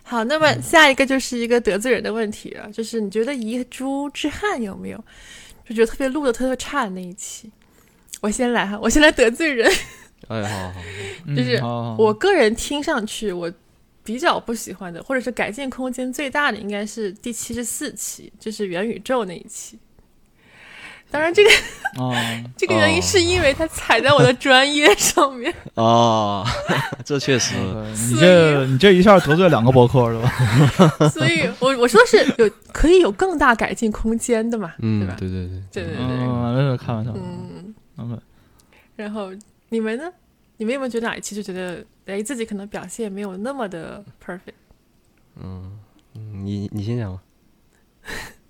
Speaker 1: 好，那么下一个就是一个得罪人的问题了，就是你觉得遗珠之憾有没有？就觉得特别录的特别差的那一期。我先来哈，我先来得罪人。
Speaker 3: 哎，好好好，
Speaker 2: 嗯
Speaker 1: 就是
Speaker 2: 好好好
Speaker 1: 我个人听上去我比较不喜欢的，或者是改进空间最大的，应该是第七十四期，就是元宇宙那一期。当然，这个
Speaker 2: 哦，
Speaker 1: 这个原因是因为他踩在我的专业上 面。
Speaker 3: 哦， 这确实，
Speaker 2: 对
Speaker 1: 所
Speaker 2: 呃你
Speaker 1: 以
Speaker 2: 这你这一下得罪两个博客是吧？
Speaker 1: 所以我我说是有可以有更大改进空间的嘛，
Speaker 3: 嗯
Speaker 1: 对，吧？
Speaker 3: 对对对，
Speaker 1: 对对对，
Speaker 2: 嗯，没事，开玩笑。
Speaker 1: 嗯。
Speaker 2: OK，
Speaker 1: 然后你们呢？你们有没有觉得哪一期就觉得哎自己可能表现没有那么的 perfect
Speaker 3: 嗯，嗯你你先讲吧。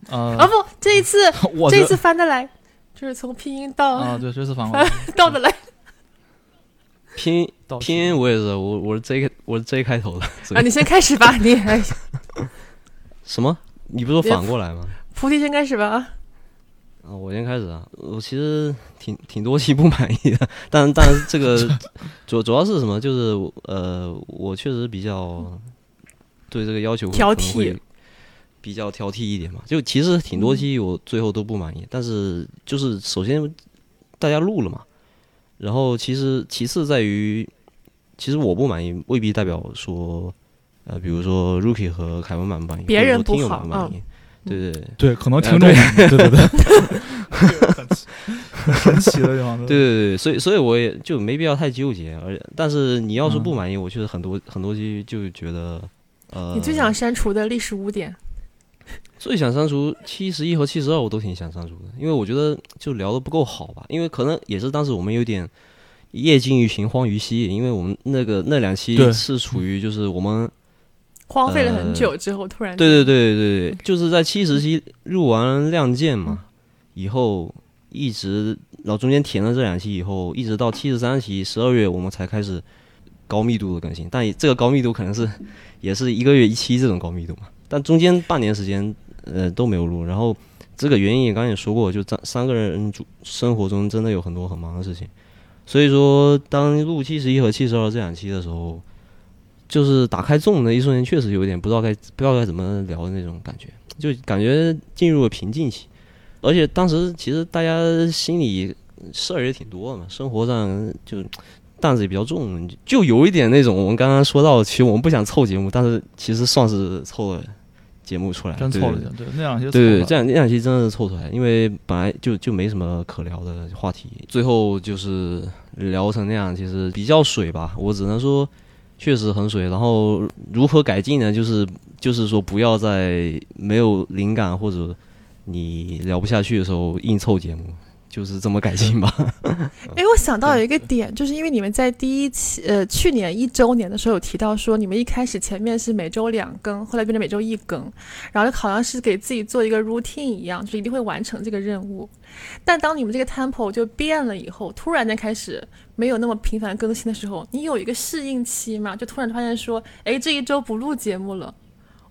Speaker 1: 啊？
Speaker 2: 呃，
Speaker 1: 不，这一次
Speaker 2: 我
Speaker 1: 这一
Speaker 2: 觉
Speaker 1: 次翻得来，就是从拼音到、
Speaker 2: 啊，对，这次反 过来，
Speaker 1: 到的来。
Speaker 3: 拼
Speaker 2: 到
Speaker 3: 拼音我也是，我我是 J 我是 J 开头的，所
Speaker 1: 啊，
Speaker 3: 以
Speaker 1: 你先开始吧，你哎，
Speaker 3: 什么？你不是说反过来吗？
Speaker 1: 菩提先开始吧啊！
Speaker 3: 啊，我先开始啊，我其实挺挺多期不满意的，但但是这个主主要是什么？就是我呃，我确实比较对这个要求会
Speaker 1: 挑
Speaker 3: 可能
Speaker 1: 剔嗯
Speaker 3: 会比较挑剔一点嘛。就其实挺多期我最后都不满意，但是就是首先大家录了嘛，然后其实其次在于，其实我不满意未必代表说，呃，比如说 Rookie 和凯文满不满意，
Speaker 1: 别
Speaker 3: 或者
Speaker 1: 人
Speaker 3: 说
Speaker 1: 不
Speaker 3: 听友
Speaker 1: 好嗯
Speaker 3: 满不满意，对对。
Speaker 2: 对，可能
Speaker 3: 呃
Speaker 2: 听众，对对 对，这个很奇很神奇的地方，
Speaker 3: 对，对对，所以所以我也就没必要太纠结，而但是你要是不
Speaker 2: 嗯
Speaker 3: 满意，我确实很多很多期就觉得，呃，
Speaker 1: 你最想删除的历史污点，
Speaker 3: 最想删除七十一和七十二，我都挺想删除的，因为我觉得就聊的不够好吧，因为可能也是当时我们有点业尽于情荒于嬉，因为我们那个那两期
Speaker 2: 对
Speaker 3: 是处于就是我们
Speaker 1: 荒废了很
Speaker 3: 呃
Speaker 1: 久之后，突然
Speaker 3: 对对对对对，就是在七十期录完《亮剑》嘛，以后一直，然后中间停了这两期以后，一直到七十三期十二月，我们才开始高密度的更新。但也这个高密度可能是也是一个月一期这种高密度嘛，但中间半年时间呃都没有录。然后这个原因也刚才也说过，就三三个人主生活中真的有很多很忙的事情，所以说当录七十一和七十二这两期的时候。就是打开众的一瞬间，确实有点不知道该不知道该怎么聊的那种感觉，就感觉进入了瓶颈期。而且当时其实大家心里事儿也挺多的嘛，生活上就担子也比较重，就有一点那种我们刚刚说到，其实我们不想凑节目，但是其实算是凑了节目出来，
Speaker 2: 真
Speaker 3: 对
Speaker 2: 凑了
Speaker 3: 对
Speaker 2: 一下，对那两些
Speaker 3: 对对，
Speaker 2: 凑
Speaker 3: 这
Speaker 2: 了
Speaker 3: 两这两期真的是凑出来，因为本来就就没什么可聊的话题，最后就是聊成那样，其实比较水吧。我只能说，确实很水。然后如何改进呢？就是就是说，不要在没有灵感或者你聊不下去的时候硬凑节目，就是这么改进吧。
Speaker 1: 哎，我想到有一个点，就是因为你们在第一期，呃，去年一周年的时候有提到说，你们一开始前面是每周两更，后来变成每周一更，然后好像是给自己做一个 routine 一样，就是一定会完成这个任务。但当你们这个 tempo 就变了以后，突然间开始没有那么频繁更新的时候，你有一个适应期嘛？就突然发现说，哎，这一周不录节目了，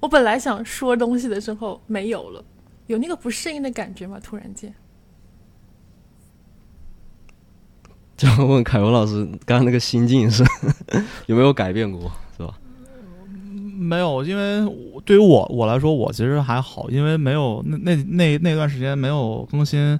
Speaker 1: 我本来想说东西的时候没有了，有那个不适应的感觉吗？突然间，
Speaker 3: 就要问凯文老师，刚刚那个心境是 有没有改变过，是吧？
Speaker 2: 没有，因为我对于我我来说，我其实还好，因为没有那那那那段时间没有更新，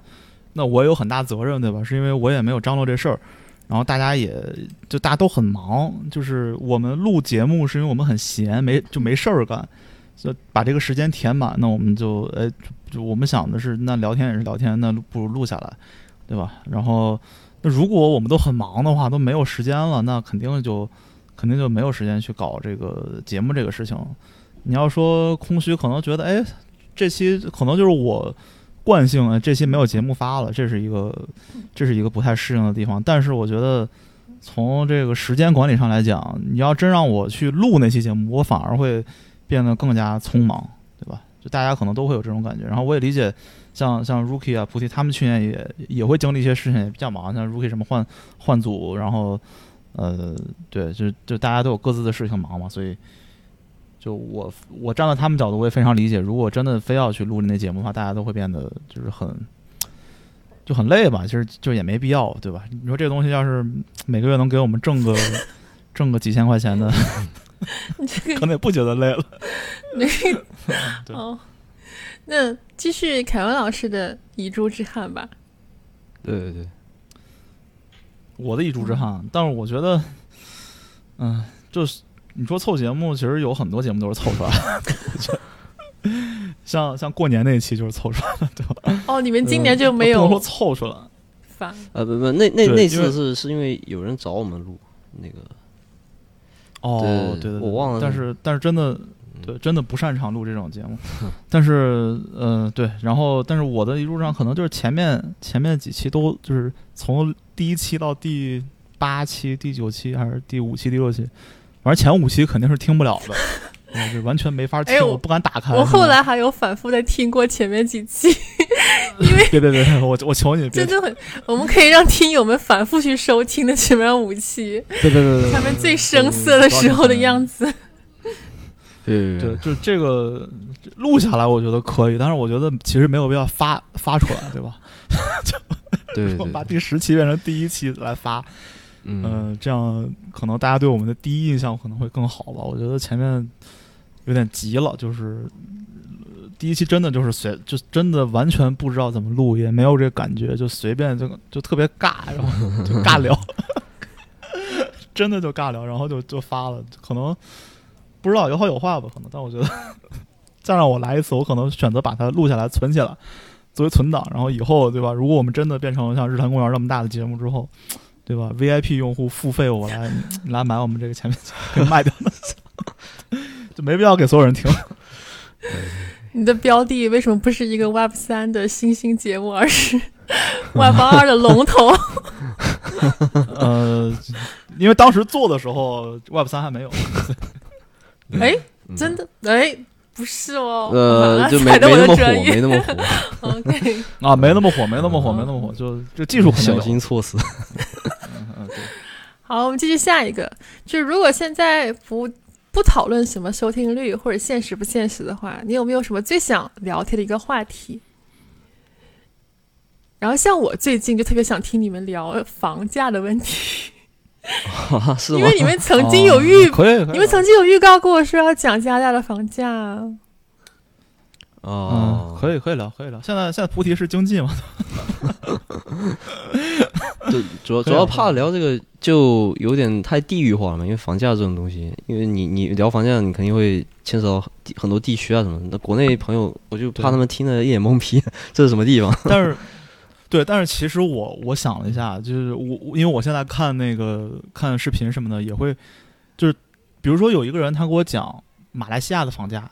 Speaker 2: 那我也有很大责任，对吧？是因为我也没有张罗这事儿，然后大家也就大家都很忙，就是我们录节目是因为我们很闲，没就没事儿干，就把这个时间填满。那我们就呃、就我们想的是，那聊天也是聊天，那不如录下来，对吧？然后那如果我们都很忙的话，都没有时间了，那肯定就。肯定就没有时间去搞这个节目这个事情。你要说空虚，可能觉得哎，这期可能就是我惯性，哎这期没有节目发了，这是一个这是一个不太适应的地方。但是我觉得从这个时间管理上来讲，你要真让我去录那期节目，我反而会变得更加匆忙，对吧？就大家可能都会有这种感觉。然后我也理解像，像 Rookie 啊、菩提他们去年也也会经历一些事情，也比较忙，像 Rookie 什么换换组，然后呃，对，就就大家都有各自的事情忙嘛，所以就我我站在他们角度，我也非常理解。如果真的非要去录那节目的话，大家都会变得就是很就很累吧，其实就也没必要， 对吧？你说这个东西要是每个月能给我们挣个挣个几千块钱的，
Speaker 1: 你这个
Speaker 2: 可能也不觉得累了。
Speaker 1: 那个
Speaker 2: 对
Speaker 1: 哦，那继续凯文老师的遗珠之憾 吧。
Speaker 3: 对对对，
Speaker 2: 我的遗珠之憾，但是我觉得，嗯、就是你说凑节目，其实有很多节目都是凑出来的， 像像过年那一期就是凑出来，
Speaker 1: 哦，你们今年就没
Speaker 2: 不能说
Speaker 1: 有
Speaker 2: 凑出来，
Speaker 1: 发？
Speaker 3: 呃不不，那
Speaker 2: 对
Speaker 3: 那那
Speaker 2: 因为
Speaker 3: 次是是因为有人找我们录那个，
Speaker 2: 哦，
Speaker 3: 对
Speaker 2: 对对，
Speaker 3: 我忘了嗯
Speaker 2: 但是但是真的，对，真的不擅长录这种节目。但是，呃，对，然后但是我的一路上可能就是前面前面几期都就是从第一期到第八期、第九期还是第五期、第六期，反正前五期肯定是听不了的，嗯就完全没法听，
Speaker 1: 哎我
Speaker 2: 我不敢打开。
Speaker 1: 我后
Speaker 2: 是吧
Speaker 1: 来还有反复的听过前面几期，
Speaker 2: 别别别，我我求你别
Speaker 1: 真的很，我们可以让听友们反复去收听的前面五期，
Speaker 2: 别别别别嗯
Speaker 1: 他们最生涩的时候的样子。
Speaker 3: 对
Speaker 2: 对，就是这个录下来，我觉得可以，但是我觉得其实没有必要发发出来，对吧？
Speaker 3: 对
Speaker 2: 我们把
Speaker 3: 对，
Speaker 2: 第十期变成第一期来发，
Speaker 3: 嗯，
Speaker 2: 嗯，这样可能大家对我们的第一印象可能会更好吧。我觉得前面有点急了，就是、呃第一期真的就是随，就真的完全不知道怎么录，也没有这感觉，就随便就就特别尬，然后就尬聊，真的就尬聊，然后就就发了，可能不知道有好有坏吧，可能，但我觉得再让我来一次，我可能选择把它录下来存起来。作为存档，然后以后对吧？如果我们真的变成像日坛公园那么大的节目之后，对吧？VIP 用户付费，我 来你来买我们这个前面 给卖掉，就没必要给所有人听。
Speaker 1: 你的标的为什么不是一个 Web 三的新兴节目，而是 Web 二的龙头？
Speaker 2: 呃， 因为当时做的时候，Web 三还没有，
Speaker 1: 哎，
Speaker 3: 嗯
Speaker 1: 真的哎。不是哦，完
Speaker 3: 呃
Speaker 1: 了
Speaker 3: 就没
Speaker 1: 踩到
Speaker 3: 没
Speaker 1: 我
Speaker 3: 那
Speaker 1: 的
Speaker 3: 么火，
Speaker 1: 专业。
Speaker 3: 没那么 火，
Speaker 1: OK，
Speaker 2: 啊，没那么火，没那么火，
Speaker 1: 嗯
Speaker 2: 没那么火，就这技术肯定
Speaker 3: 小
Speaker 2: 有
Speaker 3: 心措辞。
Speaker 2: 嗯嗯，对，
Speaker 1: 好，我们继续下一个。就是如果现在不不讨论什么收听率或者现实不现实的话，你有没有什么最想聊天的一个话题？然后像我最近就特别想听你们聊房价的问题，
Speaker 3: 啊是
Speaker 1: 因
Speaker 3: 吗
Speaker 1: 为？你们曾经有预，
Speaker 2: 哦可以，可以
Speaker 1: 你们曾经有预告过说要讲加拿大的房价。
Speaker 2: 嗯
Speaker 3: 哦，，
Speaker 2: 可以可以聊，可以聊。现在现在菩提是经济嘛？
Speaker 3: 对，主要
Speaker 2: 可
Speaker 3: 主
Speaker 2: 以啊
Speaker 3: 要
Speaker 2: 可以
Speaker 3: 怕聊这个就有点太地域化了嘛，因为房价这种东西，因为你你聊房价，你肯定会牵扯到很地很多地区啊什么的。那国内朋友，我就怕
Speaker 2: 对
Speaker 3: 他们听了一脸懵逼， 这是什么地 方？
Speaker 2: 但是，对，但是其实我我想了一下，就是我我因为我现在看那个看视频什么的，也会就是比如说有一个人他给我讲马来西亚的房价，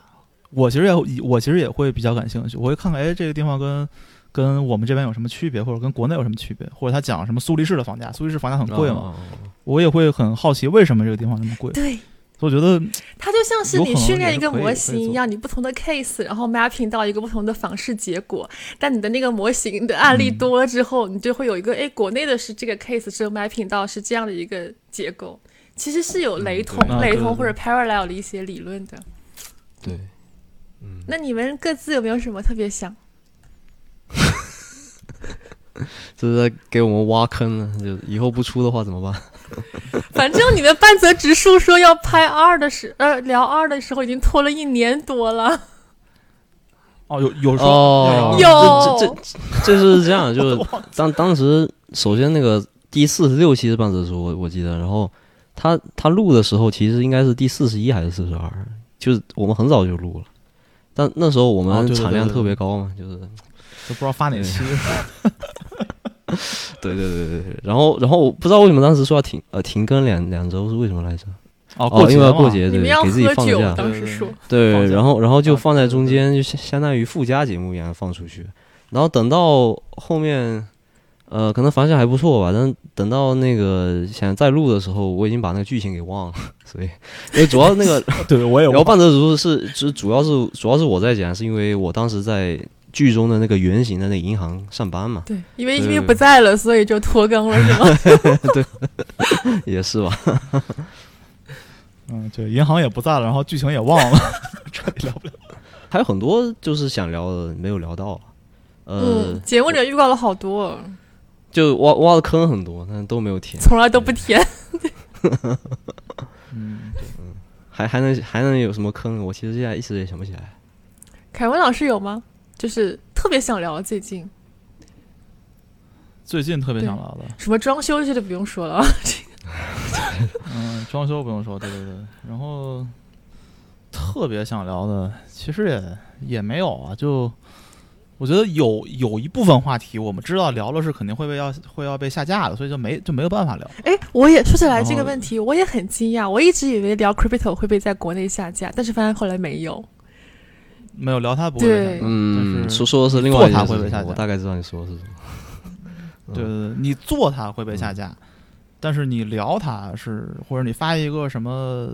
Speaker 2: 我其实也我其实也会比较感兴趣，我会看看哎这个地方跟。跟我们这边有什么区别，或者跟国内有什么区别，或者他讲什么苏黎世的房价，苏黎世房价很 贵嘛，
Speaker 3: 哦？
Speaker 2: 我也会很好奇为什么这个地方那么贵。
Speaker 1: 对，
Speaker 2: 所以我觉得
Speaker 1: 它就像是
Speaker 2: 有
Speaker 1: 你
Speaker 2: 可能
Speaker 1: 训练
Speaker 2: 也
Speaker 1: 一个
Speaker 2: 可以
Speaker 1: 模
Speaker 2: 可以
Speaker 1: 型
Speaker 2: 做
Speaker 1: 一样，你不同的 case，然后 mapping 到一个不同的房市结果。但你的那个模型的案例
Speaker 2: 嗯
Speaker 1: 多了之后，你就会有一个，哎，国内的是这个 case 是 mapping 到是这样的一个结构，其实是有雷同、
Speaker 2: 对啊
Speaker 1: 雷
Speaker 2: 对
Speaker 1: 同
Speaker 2: 对
Speaker 1: 或者 parallel 的一些理论的。
Speaker 3: 对，嗯，
Speaker 1: 那你们各自有没有什么特别想？
Speaker 3: 这是在给我们挖坑呢，就以后不出的话怎么办？
Speaker 1: 反正你们半泽直树说要拍二的时，呃，聊二的时候已经拖了一年多了。
Speaker 2: 哦，有有说
Speaker 3: 哦，
Speaker 1: 有
Speaker 3: 这这这就是这样，就是当当时首先那个第四十六期是半泽叔，我我记得，然后他他录的时候其实应该是第四十一还是四十二，就是我们很早就录了，但那时候我
Speaker 2: 哦对
Speaker 3: 们
Speaker 2: 对对
Speaker 3: 产量
Speaker 2: 对
Speaker 3: 特别高嘛，就是
Speaker 2: 都不知道发哪期，
Speaker 3: 对对对对对，然后然后我不知道为什么当时说要停呃停更两两周是为什么来着？
Speaker 2: 哦，
Speaker 3: 哦，因为要
Speaker 2: 嘛
Speaker 3: 过节
Speaker 1: 你
Speaker 3: 对
Speaker 1: 们要，
Speaker 3: 给自己
Speaker 1: 喝
Speaker 3: 放个
Speaker 1: 酒，
Speaker 3: 假，
Speaker 1: 当
Speaker 2: 对
Speaker 1: 时
Speaker 2: 对
Speaker 1: 说
Speaker 2: 对放
Speaker 3: 对，
Speaker 2: 假
Speaker 3: 然后然后就
Speaker 2: 啊
Speaker 3: 放在
Speaker 2: 对对
Speaker 3: 中
Speaker 2: 对
Speaker 3: 间，就相相当于附加节目一样放出去。然后等到后面，呃，可能反响还不错吧，但等到那个想再录的时候，我已经把那个剧情给忘了，所以因为主要那个
Speaker 2: 对我也
Speaker 3: 聊
Speaker 2: 忘
Speaker 3: 半泽直树是主主要是主要是我在讲，是因为我当时在剧中的那个原型的那银行上班嘛，
Speaker 1: 对，因为因
Speaker 3: 对对
Speaker 1: 为
Speaker 3: 对
Speaker 1: 不在了，所以就拖更了，是吗？
Speaker 3: 也是吧？
Speaker 2: 嗯，对，银行也不在了，然后剧情也忘了， 彻底聊不了。
Speaker 3: 还有很多就是想聊的没有聊到，啊呃，
Speaker 1: 嗯，节目里面预告了好多，
Speaker 3: 就挖挖的坑很多，但都没有填。
Speaker 1: 从来都不填。
Speaker 2: 嗯，
Speaker 3: 还还能还能有什么坑？我其实现在一时也想不起来。
Speaker 1: 凯文老师有吗？就是特别想聊最近
Speaker 2: 最近特别想聊的，
Speaker 1: 什么装修这就不用说了啊，
Speaker 2: 嗯，装修不用说，对对对。然后特别想聊的，其实也也没有啊，就我觉得有有一部分话题我们知道聊了是肯定会被要会要被下架的，所以就没就没有办法聊。
Speaker 1: 哎，我也说起来
Speaker 2: 然后
Speaker 1: 这个问题，我也很惊讶。我一直以为聊 crypto 会被在国内下架，但是发现后来没有。
Speaker 2: 没有聊它不会被下架
Speaker 1: 对
Speaker 3: 嗯，
Speaker 2: 但是
Speaker 3: 说说的是另外一
Speaker 2: 做
Speaker 3: 件
Speaker 2: 它
Speaker 3: 事
Speaker 2: 会被下
Speaker 3: 情，
Speaker 2: 架
Speaker 3: 我大概知道你说的是什么。
Speaker 2: 对对对，你做它会被下架，但是你聊它是或者你发一个什么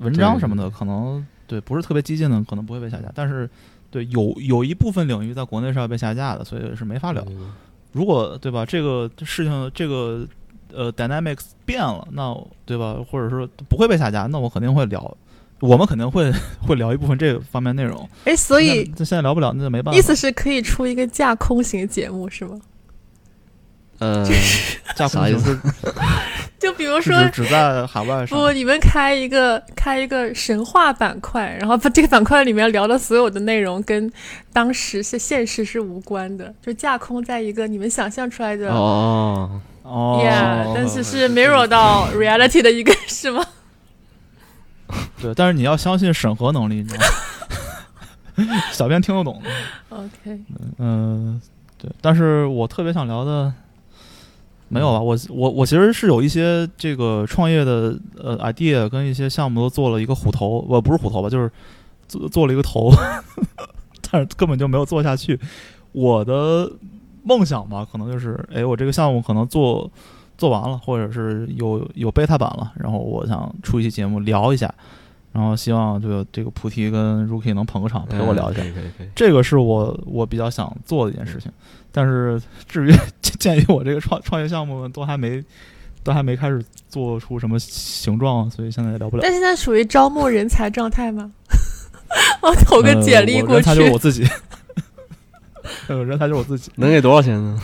Speaker 2: 文章什么的，可能对不是特别激进的，可能不会被下架。但是对有有一部分领域在国内是要被下架的，所以是没法聊。
Speaker 3: 嗯
Speaker 2: 如果对吧，这个事情这个呃 dynamics 变了，那对吧，或者说不会被下架，那我肯定会聊。我们肯定会 会聊一部分这个方面内容，
Speaker 1: 哎，所以
Speaker 2: 那那现在聊不了，那就没办法。
Speaker 1: 意思是可以出一个架空型节目是吗？
Speaker 3: 呃，
Speaker 2: 架空
Speaker 3: 啥
Speaker 2: 形
Speaker 3: 意思
Speaker 2: 式
Speaker 1: 就比如
Speaker 2: 是
Speaker 1: 说，
Speaker 2: 指只在海外上
Speaker 1: 不，你们开一个开一个神话板块，然后把这个板块里面聊的所有的内容跟当时是现实是无关的，就架空在一个你们想象出来的。
Speaker 3: 哦哦，
Speaker 2: 哦
Speaker 1: Yeah，、但是是 mirror 到 reality 的一个是吗？
Speaker 2: 对，但是你要相信审核能力，你知道吗？ 小编听得懂的。
Speaker 1: OK，
Speaker 2: 嗯、对。但是我特别想聊的，没有吧？我我我其实是有一些这个创业的呃 idea 跟一些项目都做了一个虎头，我、不是虎头吧，就是做做了一个头， 但是根本就没有做下去。我的梦想吧，可能就是，哎，我这个项目可能做做完了，或者是有有 beta 版了，然后我想出一期节目聊一下，然后希望这个这个菩提跟 Rookie 能捧个哦 场陪我聊一下。
Speaker 3: 嗯可以可以可以。
Speaker 2: 这个是我我比较想做的一件事情。但是至于 鉴于我这个创创业项目都还没都还没开始做出什么形状，所以现在也聊不了。
Speaker 1: 但现在属于招募人才状态吗？ 我投个
Speaker 2: 呃
Speaker 1: 简历
Speaker 2: 我
Speaker 1: 过
Speaker 2: 人
Speaker 1: 去
Speaker 2: 才，就是我自己。 呃，人才就是我自己。
Speaker 3: 能给多少钱呢？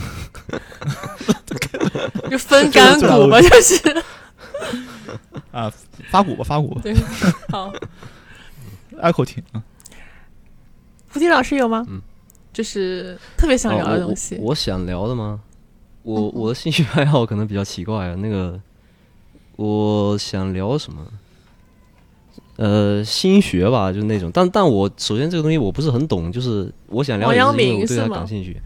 Speaker 1: 就分干
Speaker 2: 这个
Speaker 1: 股吧，就是。
Speaker 2: 啊，发鼓吧，发鼓吧
Speaker 1: 对，好，
Speaker 2: ，echo 挺。嗯
Speaker 1: 菩提老师有吗？
Speaker 3: 嗯
Speaker 1: 就是特别 想聊的
Speaker 3: 哦
Speaker 1: 东西。
Speaker 3: 我我我想聊的吗？我
Speaker 1: 嗯哼
Speaker 3: 我的兴趣爱好可能比较奇怪啊。那个，我想聊什么？呃，心学吧，就是那种。但但我首先这个东西我不是很懂，就是我想聊
Speaker 1: 王
Speaker 3: 也
Speaker 1: 阳
Speaker 3: 是因为
Speaker 1: 明
Speaker 3: 我对
Speaker 1: 是
Speaker 3: 它
Speaker 1: 吗
Speaker 3: 感兴趣。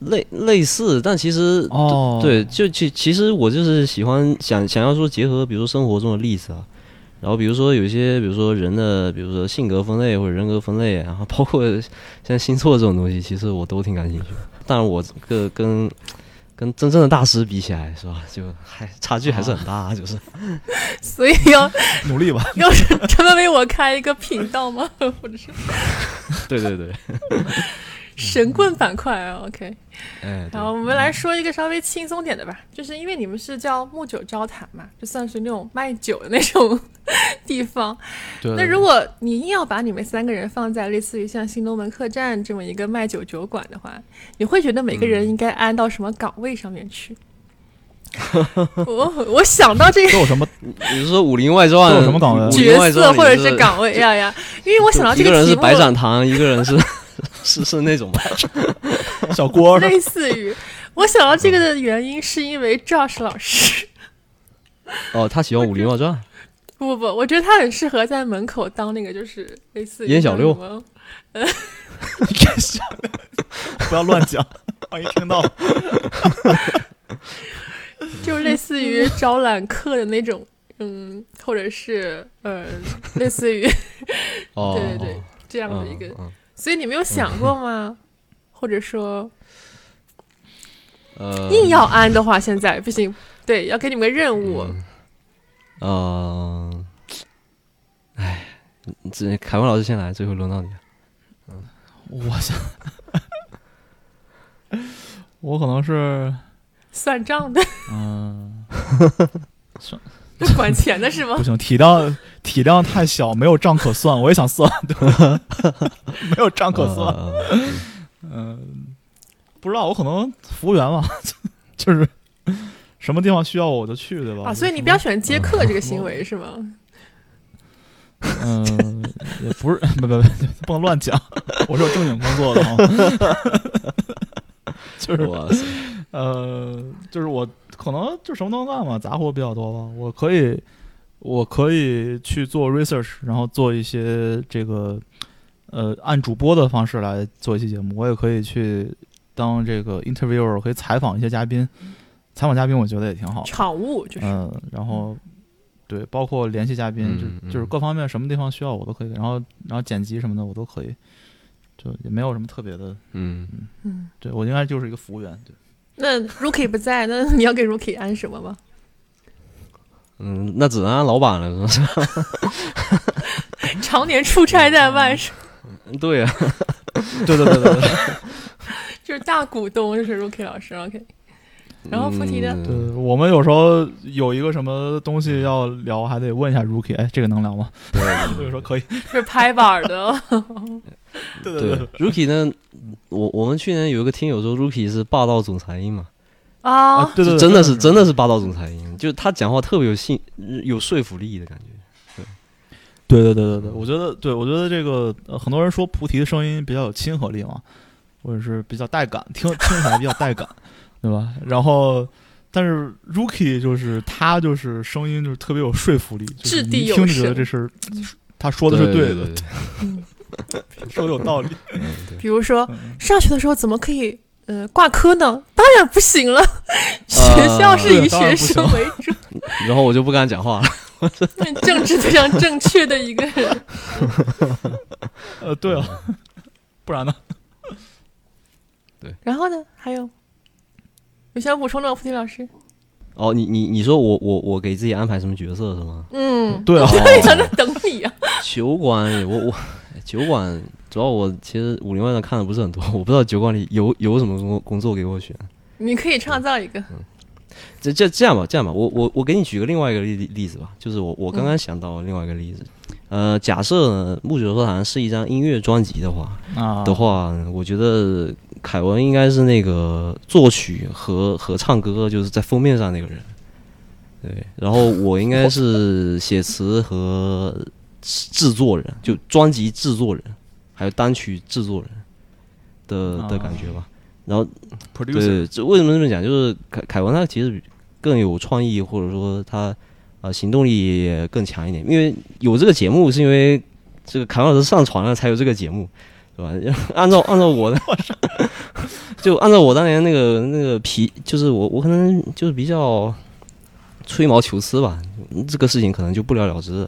Speaker 3: 类类似，但其实
Speaker 2: 哦
Speaker 3: 对，就其其实我就是喜欢想想要说结合，比如说生活中的例子啊，然后比如说有一些，比如说人的，比如说性格分类或者人格分类，啊然后包括像星座这种东西，其实我都挺感兴趣的。当然，我这个跟跟真正的大师比起来，是吧？就还差距还是很大，啊就是
Speaker 2: 啊
Speaker 1: 所以要
Speaker 2: 努力吧。
Speaker 1: 要是专门为我开一个频道吗？ 或者是
Speaker 3: 对对对，
Speaker 1: 神棍板块啊？OK，
Speaker 3: 哎，嗯对
Speaker 1: 好，我们来说一个稍微轻松点的吧，就是因为你们是叫木酒招谈嘛，就算是那种卖酒的那种 地方。
Speaker 2: 对
Speaker 1: 那如果你硬要把你们三个人放在类似于像新龙门客栈这么一个卖酒酒馆的话，你会觉得每个人应该安到什么岗位上面 去？我我想到这个
Speaker 2: 都有什么？
Speaker 3: 你是说《武林外传
Speaker 2: 都》有什么岗位
Speaker 3: 武林
Speaker 1: 角
Speaker 3: 外
Speaker 1: 色
Speaker 3: 传
Speaker 1: 或者
Speaker 3: 里是
Speaker 1: 是岗位 呀呀，因为我想到这
Speaker 3: 一个人
Speaker 1: 题
Speaker 3: 是
Speaker 1: 目
Speaker 3: 白展堂，一个人是 是是那 种吧？
Speaker 2: 小郭是吧
Speaker 1: 类似于我想到这个的原因是因为 Josh 老师。
Speaker 3: 哦，他喜欢《武林外传》。
Speaker 1: 不不不，我觉得他很适合在门口当那个，就是类似于
Speaker 3: 烟小六
Speaker 1: 那种什么，
Speaker 2: 不要乱讲。万一听到，
Speaker 1: 就是类似于招揽客的那种，嗯，或者是呃，类似于
Speaker 3: 哦，
Speaker 1: 对对对这样的一个。
Speaker 3: 嗯嗯
Speaker 1: 所以你没有想过吗？或者说
Speaker 3: 呃，
Speaker 1: 硬要安的话，现在不行，对，要给你们个任务，
Speaker 3: 嗯，哎，这凯文老师先来，最后轮到你了。
Speaker 2: 我想，我可能是
Speaker 1: 算账的，
Speaker 2: 嗯、
Speaker 1: 不管钱的是吗
Speaker 2: 不？行，体量体量太小，没有账可算。我也想算，对吧？没有账可算。
Speaker 3: 呃
Speaker 2: 嗯、不知道，我可能服务员吧，就是什么地方需要我就去，对吧？
Speaker 1: 啊啊，所以你不要
Speaker 2: 什
Speaker 1: 喜欢接客这个行为是吗？
Speaker 2: 么 嗯、也不是，不不不，不能乱讲，我是有正经工作的啊， 就是
Speaker 3: 哇塞，
Speaker 2: 呃，就是我可能就什么都能干嘛，杂活比较多吧，我可以，我可以去做 research，然后做一些这个，呃，按主播的方式来做一期节目，我也可以去当这个 interviewer，可以采访一些嘉宾，采访嘉宾我觉得也挺好的，
Speaker 1: 场务就是、
Speaker 2: 嗯，然后对，包括联系嘉宾，
Speaker 3: 嗯
Speaker 2: 就就是
Speaker 3: 嗯
Speaker 2: 各方面什么地方需要我都可以，然后然后剪辑什么的我都可以，就也没有什么特别的。
Speaker 3: 嗯，
Speaker 1: 嗯。
Speaker 2: 对我应该就是一个服务 员，对，
Speaker 1: 那 Rookie 不在，那你要给 Rookie 安什么吗？
Speaker 3: 嗯，那只能按老板了，是吧？
Speaker 1: 常年出差在外，是
Speaker 3: 对啊，
Speaker 2: 对对对对对
Speaker 1: 就是大股东，就是 Rookie 老师。OK，然后附体的
Speaker 3: 嗯
Speaker 2: 对，我们有时候有一个什么东西要聊，还得问一下 Rookie，哎，这个能聊吗？
Speaker 3: 对
Speaker 2: 就说可以，
Speaker 1: 是拍板的。
Speaker 2: 对
Speaker 3: 对
Speaker 2: 对，
Speaker 3: ，Rookie 呢，我我们去年有一个听友说 Rookie 是霸道总裁音嘛，
Speaker 1: 啊，
Speaker 2: 对对，
Speaker 3: 就哦真的是
Speaker 2: 是
Speaker 3: 真的是霸道总裁音，就是他讲话特别有信有说服力的感觉。
Speaker 2: 对对对对对，我觉得对我觉得这个、呃很多人说菩提的声音比较有亲和力嘛，或者是比较带感，听听起来比较带 感，对吧？然后，但是 Rookie 就是他就是声音就是特别有说服力，就是
Speaker 1: 掷
Speaker 2: 你
Speaker 1: 地
Speaker 2: 一
Speaker 1: 有
Speaker 2: 听就觉得
Speaker 1: 声
Speaker 2: 这是他说的是
Speaker 3: 对
Speaker 2: 的，
Speaker 3: 对，对
Speaker 1: 嗯
Speaker 2: 说的有道 理。
Speaker 3: 嗯对
Speaker 1: 比如说
Speaker 2: 嗯
Speaker 1: 上学的时候怎么可以呃挂科呢？当然不行了，学校是以
Speaker 2: 当然
Speaker 1: 学
Speaker 2: 不行
Speaker 1: 生为主，
Speaker 3: 然后我就不敢讲话了。
Speaker 1: 政治非常正确的一个人。
Speaker 2: 呃，对啊， 不然呢？
Speaker 1: 然后呢，还有有想补充的吗，付婷老师？
Speaker 3: 哦，你你你说我我我给自己安排什么角色是吗？
Speaker 1: 嗯，
Speaker 2: 对啊，
Speaker 1: 我也在那等你啊。
Speaker 3: 酒馆里，我我酒馆主要我其实《武林外传》看的不是很多， 我不知道酒馆里有有什么工工作给我选。
Speaker 1: 你可以创造一个，
Speaker 3: 这这这样吧，这样吧，我我我给你举个另外一个例例例子吧，就是我我刚刚想到另外一个例子，呃，假设呢《木九说堂》是一张音乐专辑的话，
Speaker 2: 啊
Speaker 3: 的话，我觉得凯文应该是那个作曲和和唱歌就是在封面上那个人，对，然后我应该是写词和制作人，就专辑制作人，还有单曲制作人的的感觉吧。然后
Speaker 2: producer，
Speaker 3: 对，这为什么这么讲？就是凯凯文他其实更有创意，或者说他呃行动力也更强一点。因为有这个节目，是因为这个凯文老师上传了才有这个节目，对吧？ 按照按照我的，就按照我当年那个那个皮，就是我我可能就是比较吹毛求疵吧，这个事情可能就不了了之。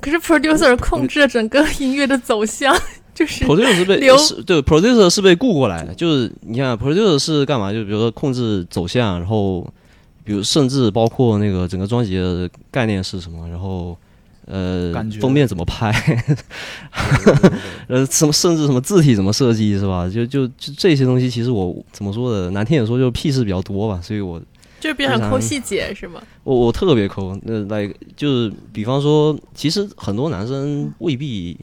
Speaker 1: 可是 producer 控制了整个音乐的走向，就是。
Speaker 3: producer 是被
Speaker 1: 刘
Speaker 3: 是对 producer 是被雇过来的，就是你看 producer 是干嘛？就比如说控制走向，然后比如甚至包括那个整个专辑的概念是什么，然后呃
Speaker 2: 感觉
Speaker 3: 封面怎 么拍，呃什么甚至什么字体怎么设计是吧？就就就这些东西，其实我怎么说的，难听点说就是屁事比较多吧，所以我
Speaker 1: 就是比较想抠细节是吗？
Speaker 3: 我我特别抠，那来就是比方说，其实很多男生未必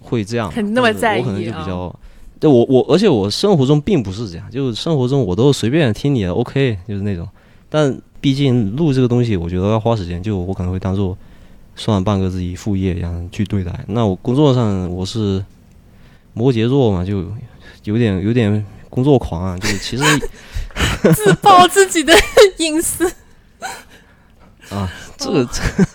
Speaker 3: 会这样，
Speaker 1: 很那么在意
Speaker 3: 我可能就比
Speaker 1: 啊
Speaker 3: 较，对我我，而且我生活中并不是这样，就是生活中我都随便听你的，OK，就是那种。但毕竟录这个东西，我觉得要花时间，就我可能会当做算半个自己副业一样去对待。那我工作上我是摩羯座嘛，就有点有点工作狂啊，就是其实
Speaker 1: 自曝自己的 隐私，哦
Speaker 3: 啊，这个、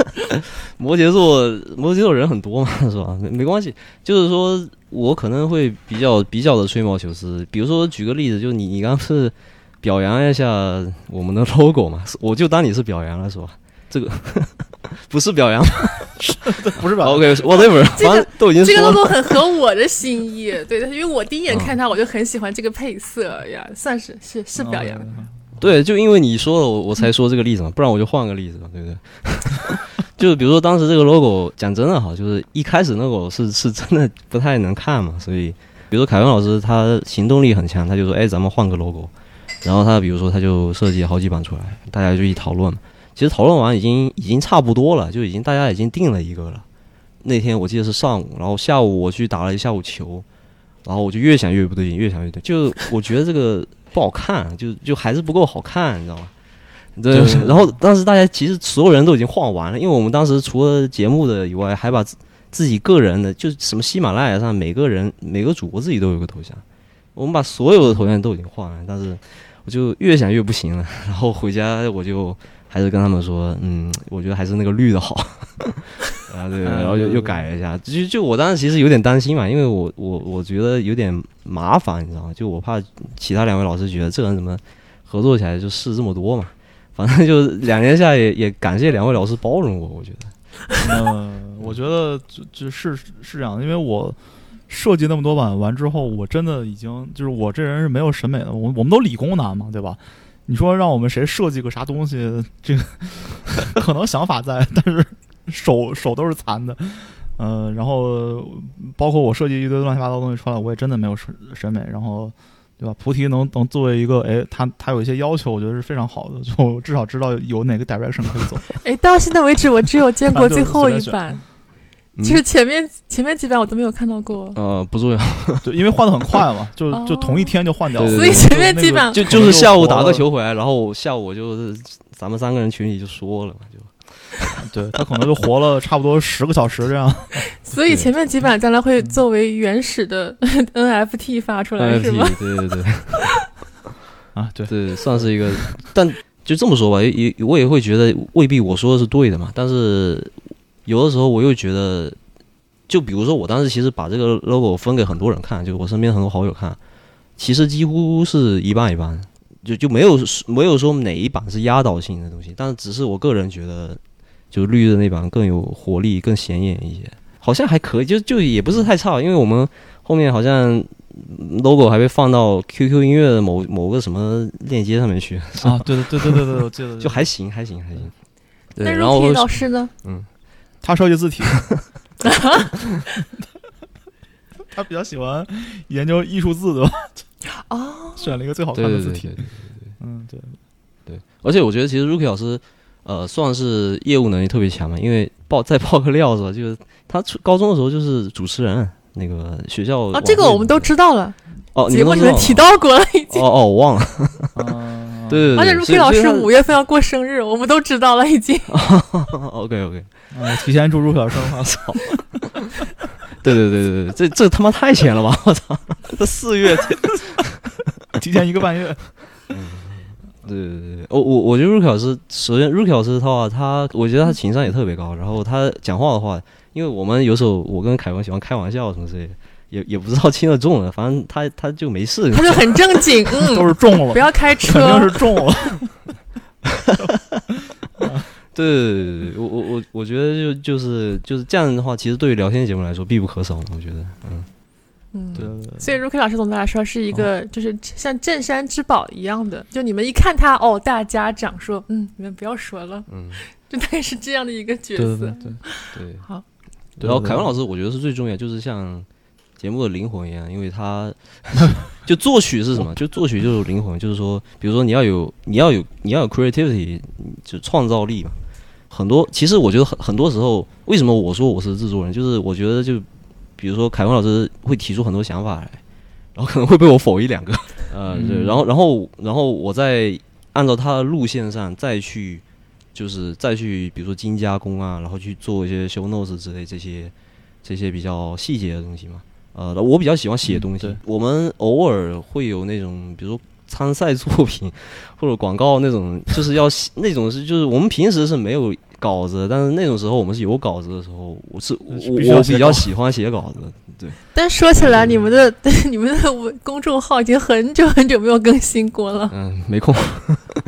Speaker 3: 摩羯座，摩羯座人很多嘛，是吧？没没关系，就是说我可能会比较比较的吹毛求疵。比如说举个例子，就你你刚刚是表扬一下我们的 logo 嘛，是我就当你是表扬了，是吧？这个 不是表 扬哦吧
Speaker 2: 不是吧？
Speaker 3: ？OK，whatever，
Speaker 1: 这个
Speaker 3: 反正都已经
Speaker 1: 这个
Speaker 3: 说了。
Speaker 1: logo 很合我的心意。对，因为我第一眼看它，我就很喜欢这个配色呀，算是是是表扬。
Speaker 2: 嗯
Speaker 3: 对，就因为你说了，我我才说这个例子嘛，不然我就换个例子嘛，对不对？ 就是比如说当时这个 logo，讲真的哈，就是一开始那个是是真的不太能看嘛，所以比如说凯文老师他行动力很强，他就说哎咱们换个 logo，然后他比如说他就设计好几版出来，大家就一起讨论嘛。其实讨论完已经已经差不多了，就已经大家已经定了一个了。那天我记得是上午，然后下午我去打了一下午球，然后我就越想越不 对劲，越想越对劲，就是我觉得这个不好看，就就还是不够好看，你知道吗？对
Speaker 2: 就是，
Speaker 3: 然后当时大家其实所有人都已经晃完了，因为我们当时除了节目的以外，还把自自己个人的，就是什么喜马拉雅上每个人每个主播自己都有个头像，我们把所有的头像都已经换了，但是我就越想越不行了， 然后回家我就还是跟他们说，嗯，我觉得还是那个绿的好， 啊 对，然后又又改了一下，就就我当时其实有点担心嘛，因为我我我觉得有点麻烦，你知道吗？就我怕其他两位老师觉得这个人怎么合作起来就事这么多嘛。反正就两年下来也也感谢两位老师包容我，我觉得。
Speaker 2: 嗯，我觉得就就是是这样的，因为我设计那么多版完之后，我真的已经就是我这人是没有审美的，我我们都理工男嘛，对吧？你说让我们谁设计个啥东西，这个 可能想法在，但是手手都是残的。嗯、然后包括我设计一堆乱七八糟的东西出来，我也真的没有审审美。然后，对吧？菩提能能作为一个，哎，他他有一些要求，我觉得是非常好的，就至少知道有哪个 direction 可以走。
Speaker 1: 哎，到现在为止，我只有见 过
Speaker 3: 啊
Speaker 2: 反正
Speaker 1: 最
Speaker 2: 就
Speaker 1: 后
Speaker 2: 随便
Speaker 1: 一
Speaker 2: 选
Speaker 1: 版，
Speaker 3: 嗯
Speaker 1: 就是前面前面几版我都没有看到过，
Speaker 3: 呃，不重要，
Speaker 2: 对，因为换的很快嘛，就就
Speaker 1: 哦
Speaker 2: 同一天就换掉了，
Speaker 3: 对
Speaker 1: 所以前面基本上
Speaker 2: 上
Speaker 3: 就就是下午打个，球回来，然后下午我就是咱们三个人群里就说了嘛，就
Speaker 2: 对他可能就活了差不多十个小时这样。
Speaker 1: 所以前面几
Speaker 3: 嗯
Speaker 1: 版将来会作为原始的 NFT 发出来，是吗？
Speaker 3: NFT，对对哎对
Speaker 2: 啊，对，
Speaker 3: 对，算是一个， 但就这么说吧，也也我也会觉得未必我说的是对的嘛，但是有的时候我又觉得，就比如说我当时其实把这个 logo 分给很多人看，就我身边很多好友看，其实几乎是一半一半，就就没有没有说哪一版是压倒性的东西，但是只是我个人觉得，就绿的那版更有活力，更显眼一些，好像还可以，就就也不是太差，因为我们后面好像。logo 还被放到 QQ 音乐的某某个什么链接上面去，
Speaker 2: 啊，对对对对对对，我记得
Speaker 3: 就还行，还行，还行。对，
Speaker 1: 那
Speaker 3: 然后
Speaker 1: Rookie 老师呢？
Speaker 2: 他设计字体，他比较喜欢研究艺术字，对吧？
Speaker 1: 哦，
Speaker 2: 选了一个最好
Speaker 3: 对
Speaker 2: 看的
Speaker 3: 对
Speaker 2: 字
Speaker 3: 对
Speaker 2: 体
Speaker 3: 对，对，
Speaker 2: 嗯，对，
Speaker 3: 而且我觉得其实 Rookie 老师，呃，算是业务能力特别强嘛，因为爆再爆个料是吧？就是他初高中的时候就是主持人，那个学校
Speaker 1: 啊，这个我们都知道了，
Speaker 3: 哦，
Speaker 1: 节目里
Speaker 3: 你
Speaker 1: 面
Speaker 3: 们都
Speaker 1: 提
Speaker 3: 知道
Speaker 1: 到过了已
Speaker 3: 哦
Speaker 1: 经。
Speaker 3: 哦，我忘了，
Speaker 2: 啊，
Speaker 3: 对对对。
Speaker 1: 而且
Speaker 3: 所
Speaker 1: Rookie
Speaker 3: 以
Speaker 1: 老师
Speaker 3: 所以他
Speaker 1: 五月份要过生日，我们都知道了已经。
Speaker 3: OK OK，
Speaker 2: 啊，提前祝入小生
Speaker 3: 我
Speaker 2: 啊，
Speaker 3: 操！对对对对对，这这他妈太浅了吧！我操，这四月
Speaker 2: 提前一个半月，
Speaker 3: 对对对哦对，我我我觉得 Rookie 老师，首先 Rookie 老师的话，他我觉得他情商也特别高，然后他讲话的话，因为我们有时候我跟凯文喜欢开玩笑什么之类的，也也不知道轻了重了，反正他他就没事
Speaker 1: 他。就很正经，
Speaker 2: 都
Speaker 1: 嗯，
Speaker 2: 是中了
Speaker 1: 不，要开
Speaker 2: 肯定
Speaker 1: 车
Speaker 2: 是。中了，
Speaker 3: 对对对对对，我我我我觉得就就是就是这样的话，其实对于聊天节目来说必不可少，我觉得，嗯，
Speaker 1: 嗯，
Speaker 2: 对对对。
Speaker 1: 所以 Rookie 老师总的来说是一
Speaker 2: 哦
Speaker 1: 个就是像镇山之宝一样的，就你们一看他哦，大家长说，嗯，你们不要说了，
Speaker 3: 嗯，
Speaker 1: 就大概是这样的一个角
Speaker 2: 对对对
Speaker 1: 色。
Speaker 2: 对，
Speaker 3: 对。
Speaker 1: 好，
Speaker 2: 对
Speaker 3: 然后
Speaker 2: 对
Speaker 3: 凯文
Speaker 2: 对
Speaker 3: 老师，我觉得是最重要，就是像节目的灵魂一样，因为他 就作曲是什么？就作曲就是灵魂，就是说，比如说你要有你要有你要有 creativity，就创造力嘛。很多其实我觉得很很多时候，为什么我说我是制作人，就是我觉得就比如说凯文老师会提出很多想法来，然后可能会被我否一 两个，呃，
Speaker 2: 嗯
Speaker 3: 对，然后然后然后我再按照他的路线上再去，就是再去比如说精加工啊，然后去做一些 show notes 之类这些这些比较细节的东西嘛。呃，我比较喜欢写东西，
Speaker 2: 嗯对
Speaker 3: 我们偶尔会有那种比如说参赛作品或者广告那种，就是要写那种是就是我们平时是没有。稿子，但是那种时候我们是有稿子的时候，我是我
Speaker 2: 呃必须要
Speaker 3: 我
Speaker 2: 写
Speaker 3: 比较
Speaker 2: 稿
Speaker 3: 喜欢写稿子，
Speaker 1: 但说起来，你们的 你们的文公众号已经很久很久没有更新过了。
Speaker 3: 嗯，没空。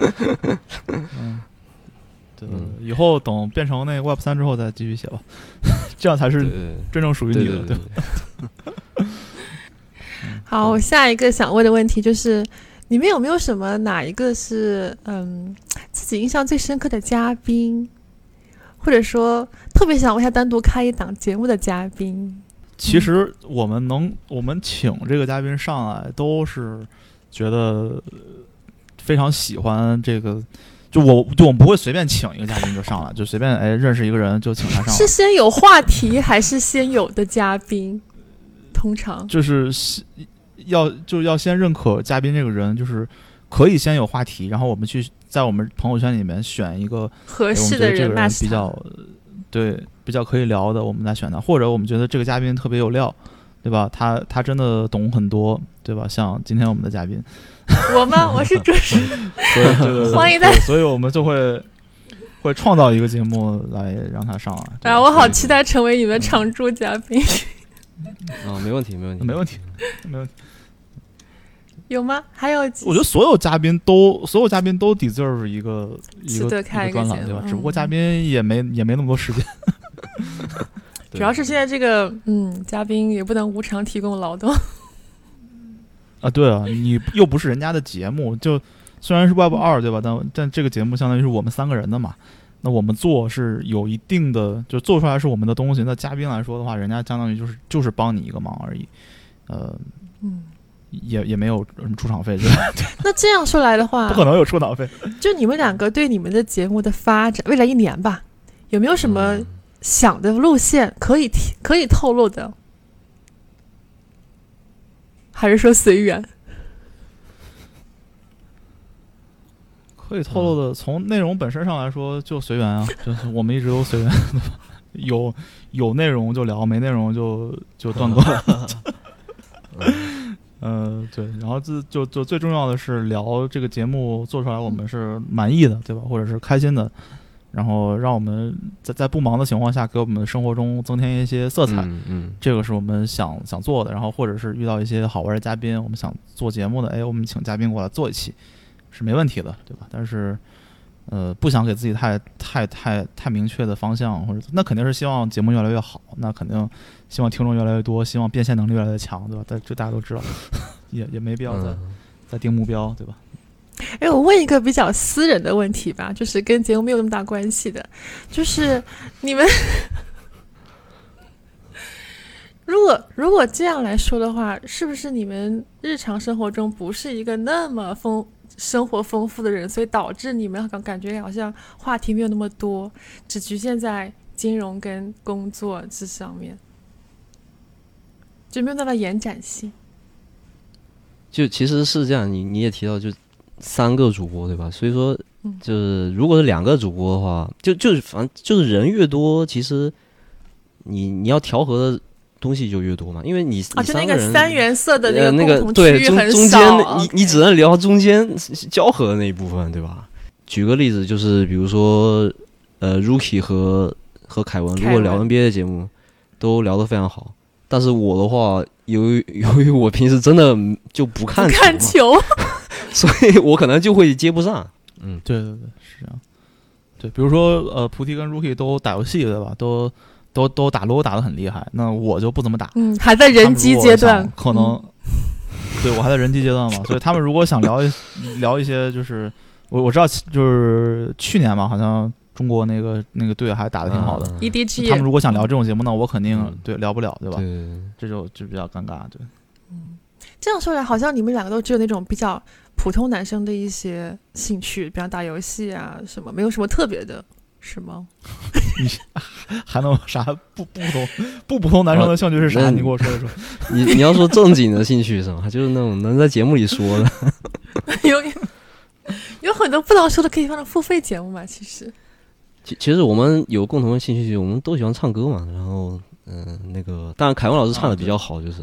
Speaker 2: 嗯，对，对
Speaker 3: 嗯
Speaker 2: 对以后等变成那 Web 三之后再继续写吧，这样才是
Speaker 3: 对对
Speaker 2: 真正属于
Speaker 3: 对
Speaker 2: 你
Speaker 3: 对
Speaker 2: 的，
Speaker 3: 对对
Speaker 2: 吧？嗯
Speaker 1: 好，我下一个想问的问题就是，你们有没有什么哪一个是嗯自己印象最深刻的嘉宾，或者说特别想为他单独开一档节目的嘉宾？
Speaker 2: 其实我们能，我们请这个嘉宾上来，都是觉得呃非常喜欢这个。就我就我们不会随便请一个嘉宾就 上来，就随便哎认识一个人就请他上
Speaker 1: 是
Speaker 2: 来，
Speaker 1: 先有话题，还是先有的嘉宾？通常
Speaker 2: 就是先要就要先认可嘉宾这个人，就是可以先有话题，然后我们去在我们朋友圈里面选一个
Speaker 1: 合
Speaker 2: 哎我们
Speaker 1: 适
Speaker 2: 觉
Speaker 1: 的
Speaker 2: 得这
Speaker 1: 人
Speaker 2: 个人
Speaker 1: match
Speaker 2: 比
Speaker 1: 他
Speaker 2: 较对比较可以聊的，我们来选他，或者我们觉得这个嘉宾特别有料，对吧？他他真的懂很多，对吧？像今天我们的嘉宾，
Speaker 1: 我 吗？我是主持人，
Speaker 2: 所以这 个
Speaker 1: 欢迎大
Speaker 2: 对，所以我们就会 会创造一个节目来让他上来。对嗯
Speaker 1: 啊，我好期待成为你们常驻嘉宾，
Speaker 3: 啊，没问题，没问题，
Speaker 2: 没问题，没问题。
Speaker 1: 有吗？还有几
Speaker 2: 我觉得所有嘉宾都，所有嘉宾都 deserve 一个一
Speaker 1: 值
Speaker 2: 个
Speaker 1: 得开
Speaker 2: 一
Speaker 1: 一个
Speaker 2: 专
Speaker 1: 节
Speaker 2: 栏，对吧
Speaker 1: 目？
Speaker 2: 只不过
Speaker 1: 嗯
Speaker 2: 嘉宾也没也没那么多时间。
Speaker 3: 对
Speaker 1: 主要是现在这个，嗯，嘉宾也不能无偿提供劳动，
Speaker 2: 啊，对啊，你又不是人家的节目，就虽然是 Web 二对吧？但但这个节目相当于是我们三个人的嘛，那我们做是有一定的，就做出来是我们的东西。那嘉宾来说的话，人家相当于就是就是帮你一个忙而已，呃，
Speaker 1: 嗯。
Speaker 2: 也也没有什么出场费，对吧？
Speaker 1: 那这样说来的话
Speaker 2: 不，可能有出场费。
Speaker 1: 就你们两个对你们的节目的发展，未来一年吧，有没有什么
Speaker 3: 嗯
Speaker 1: 想的路线可以提、可以透露的？还是说随缘？
Speaker 2: 可以透露的，从内容本身上来说，就随缘啊，就是我们一直都随缘， 有有内容就聊，没内容就就断更。 呃，对，然后这就就最重要的是聊这个节目做出来，我们是满意的，对吧？或者是开心的，然后让我们在在不忙的情况下，给我们生活中增添一些色彩。
Speaker 3: 嗯嗯，
Speaker 2: 这个是我们想想做的，然后或者是遇到一些好玩的嘉宾，我们想做节目的，哎，我们请嘉宾过来做一期是没问题的，对吧？但是，呃，不想给自己太太太太明确的方向，或者那肯定是希望节目越来越好，那肯定希望听众越来越多，希望变现能力越来越强，对吧？但这大家都知道， 也也没必要再、
Speaker 3: 嗯
Speaker 2: 再定目标，对吧？
Speaker 1: 哎，我问一个比较私人的问题吧，就是跟节目没有那么大关系的，就是你们如果如果这样来说的话，是不是你们日常生活中不是一个那么丰生活丰富的人，所以导致你们感感觉好像话题没有那么多，只局限在金融跟工作这上面，就没有那么延展性。
Speaker 3: 就其实是这样，你你也提到就三个主播对吧？所以说
Speaker 1: 嗯
Speaker 3: 就是如果是两个主播的话，就就是反正就是人越多，其实你你要调和的东西就越多嘛，因为你
Speaker 1: 啊，
Speaker 3: 你
Speaker 1: 就那
Speaker 3: 个
Speaker 1: 个
Speaker 3: 人
Speaker 1: 三原色的
Speaker 3: 呃那
Speaker 1: 个共同区
Speaker 3: 对
Speaker 1: 域
Speaker 3: 中
Speaker 1: 很
Speaker 3: 中
Speaker 1: 少。啊
Speaker 3: 间那你
Speaker 1: OK
Speaker 3: 你只能聊中间交合的那一部分对吧？举个例子就是比如说呃 Rookie 和和凯文如
Speaker 1: 凯
Speaker 3: 果
Speaker 1: 文
Speaker 3: 聊 NBA 的节目都聊得非常好，但是我的话由于 由于我平时真的就不看
Speaker 1: 不
Speaker 3: 球
Speaker 1: 看
Speaker 3: 嘛
Speaker 1: 球，
Speaker 3: 所以我可能就会接不上。嗯，
Speaker 2: 对对对，是这样。对，比如说呃，菩提跟 Rookie 都打游戏，对吧？都都都打 LO 打得很厉害，那我就不怎么打。
Speaker 1: 嗯， 还在人机阶段，嗯
Speaker 2: 可能、 对我还在人机阶段嘛，所以他们如果想聊一 聊一些，就是我我知道就是去年嘛，好像中国那个那个队还打得挺好的。
Speaker 3: 嗯
Speaker 1: EDG
Speaker 2: 他们如果想聊这种节目，那我肯定、
Speaker 3: 嗯
Speaker 2: 对聊不了，对吧？
Speaker 3: 对，
Speaker 2: 这就就比较尴尬，对。
Speaker 1: 这样说来，好像你们两个都只有那种比较普通男生的一些兴趣，比方打游戏啊什么，没有什么特别的，是吗？
Speaker 2: 还能有啥不不同不普通男生的兴趣是啥？
Speaker 3: 呃那
Speaker 2: 你给我说一说。
Speaker 3: 你你要说正经的兴趣是吗？就是那种能在节目里说的。
Speaker 1: 有 有很多不能说的，可以放到付费节目嘛。其实，
Speaker 3: 其其实我们有共同的兴趣，我们都喜欢唱歌嘛。然后，嗯、那个，当然凯文老师唱的比较好，就是，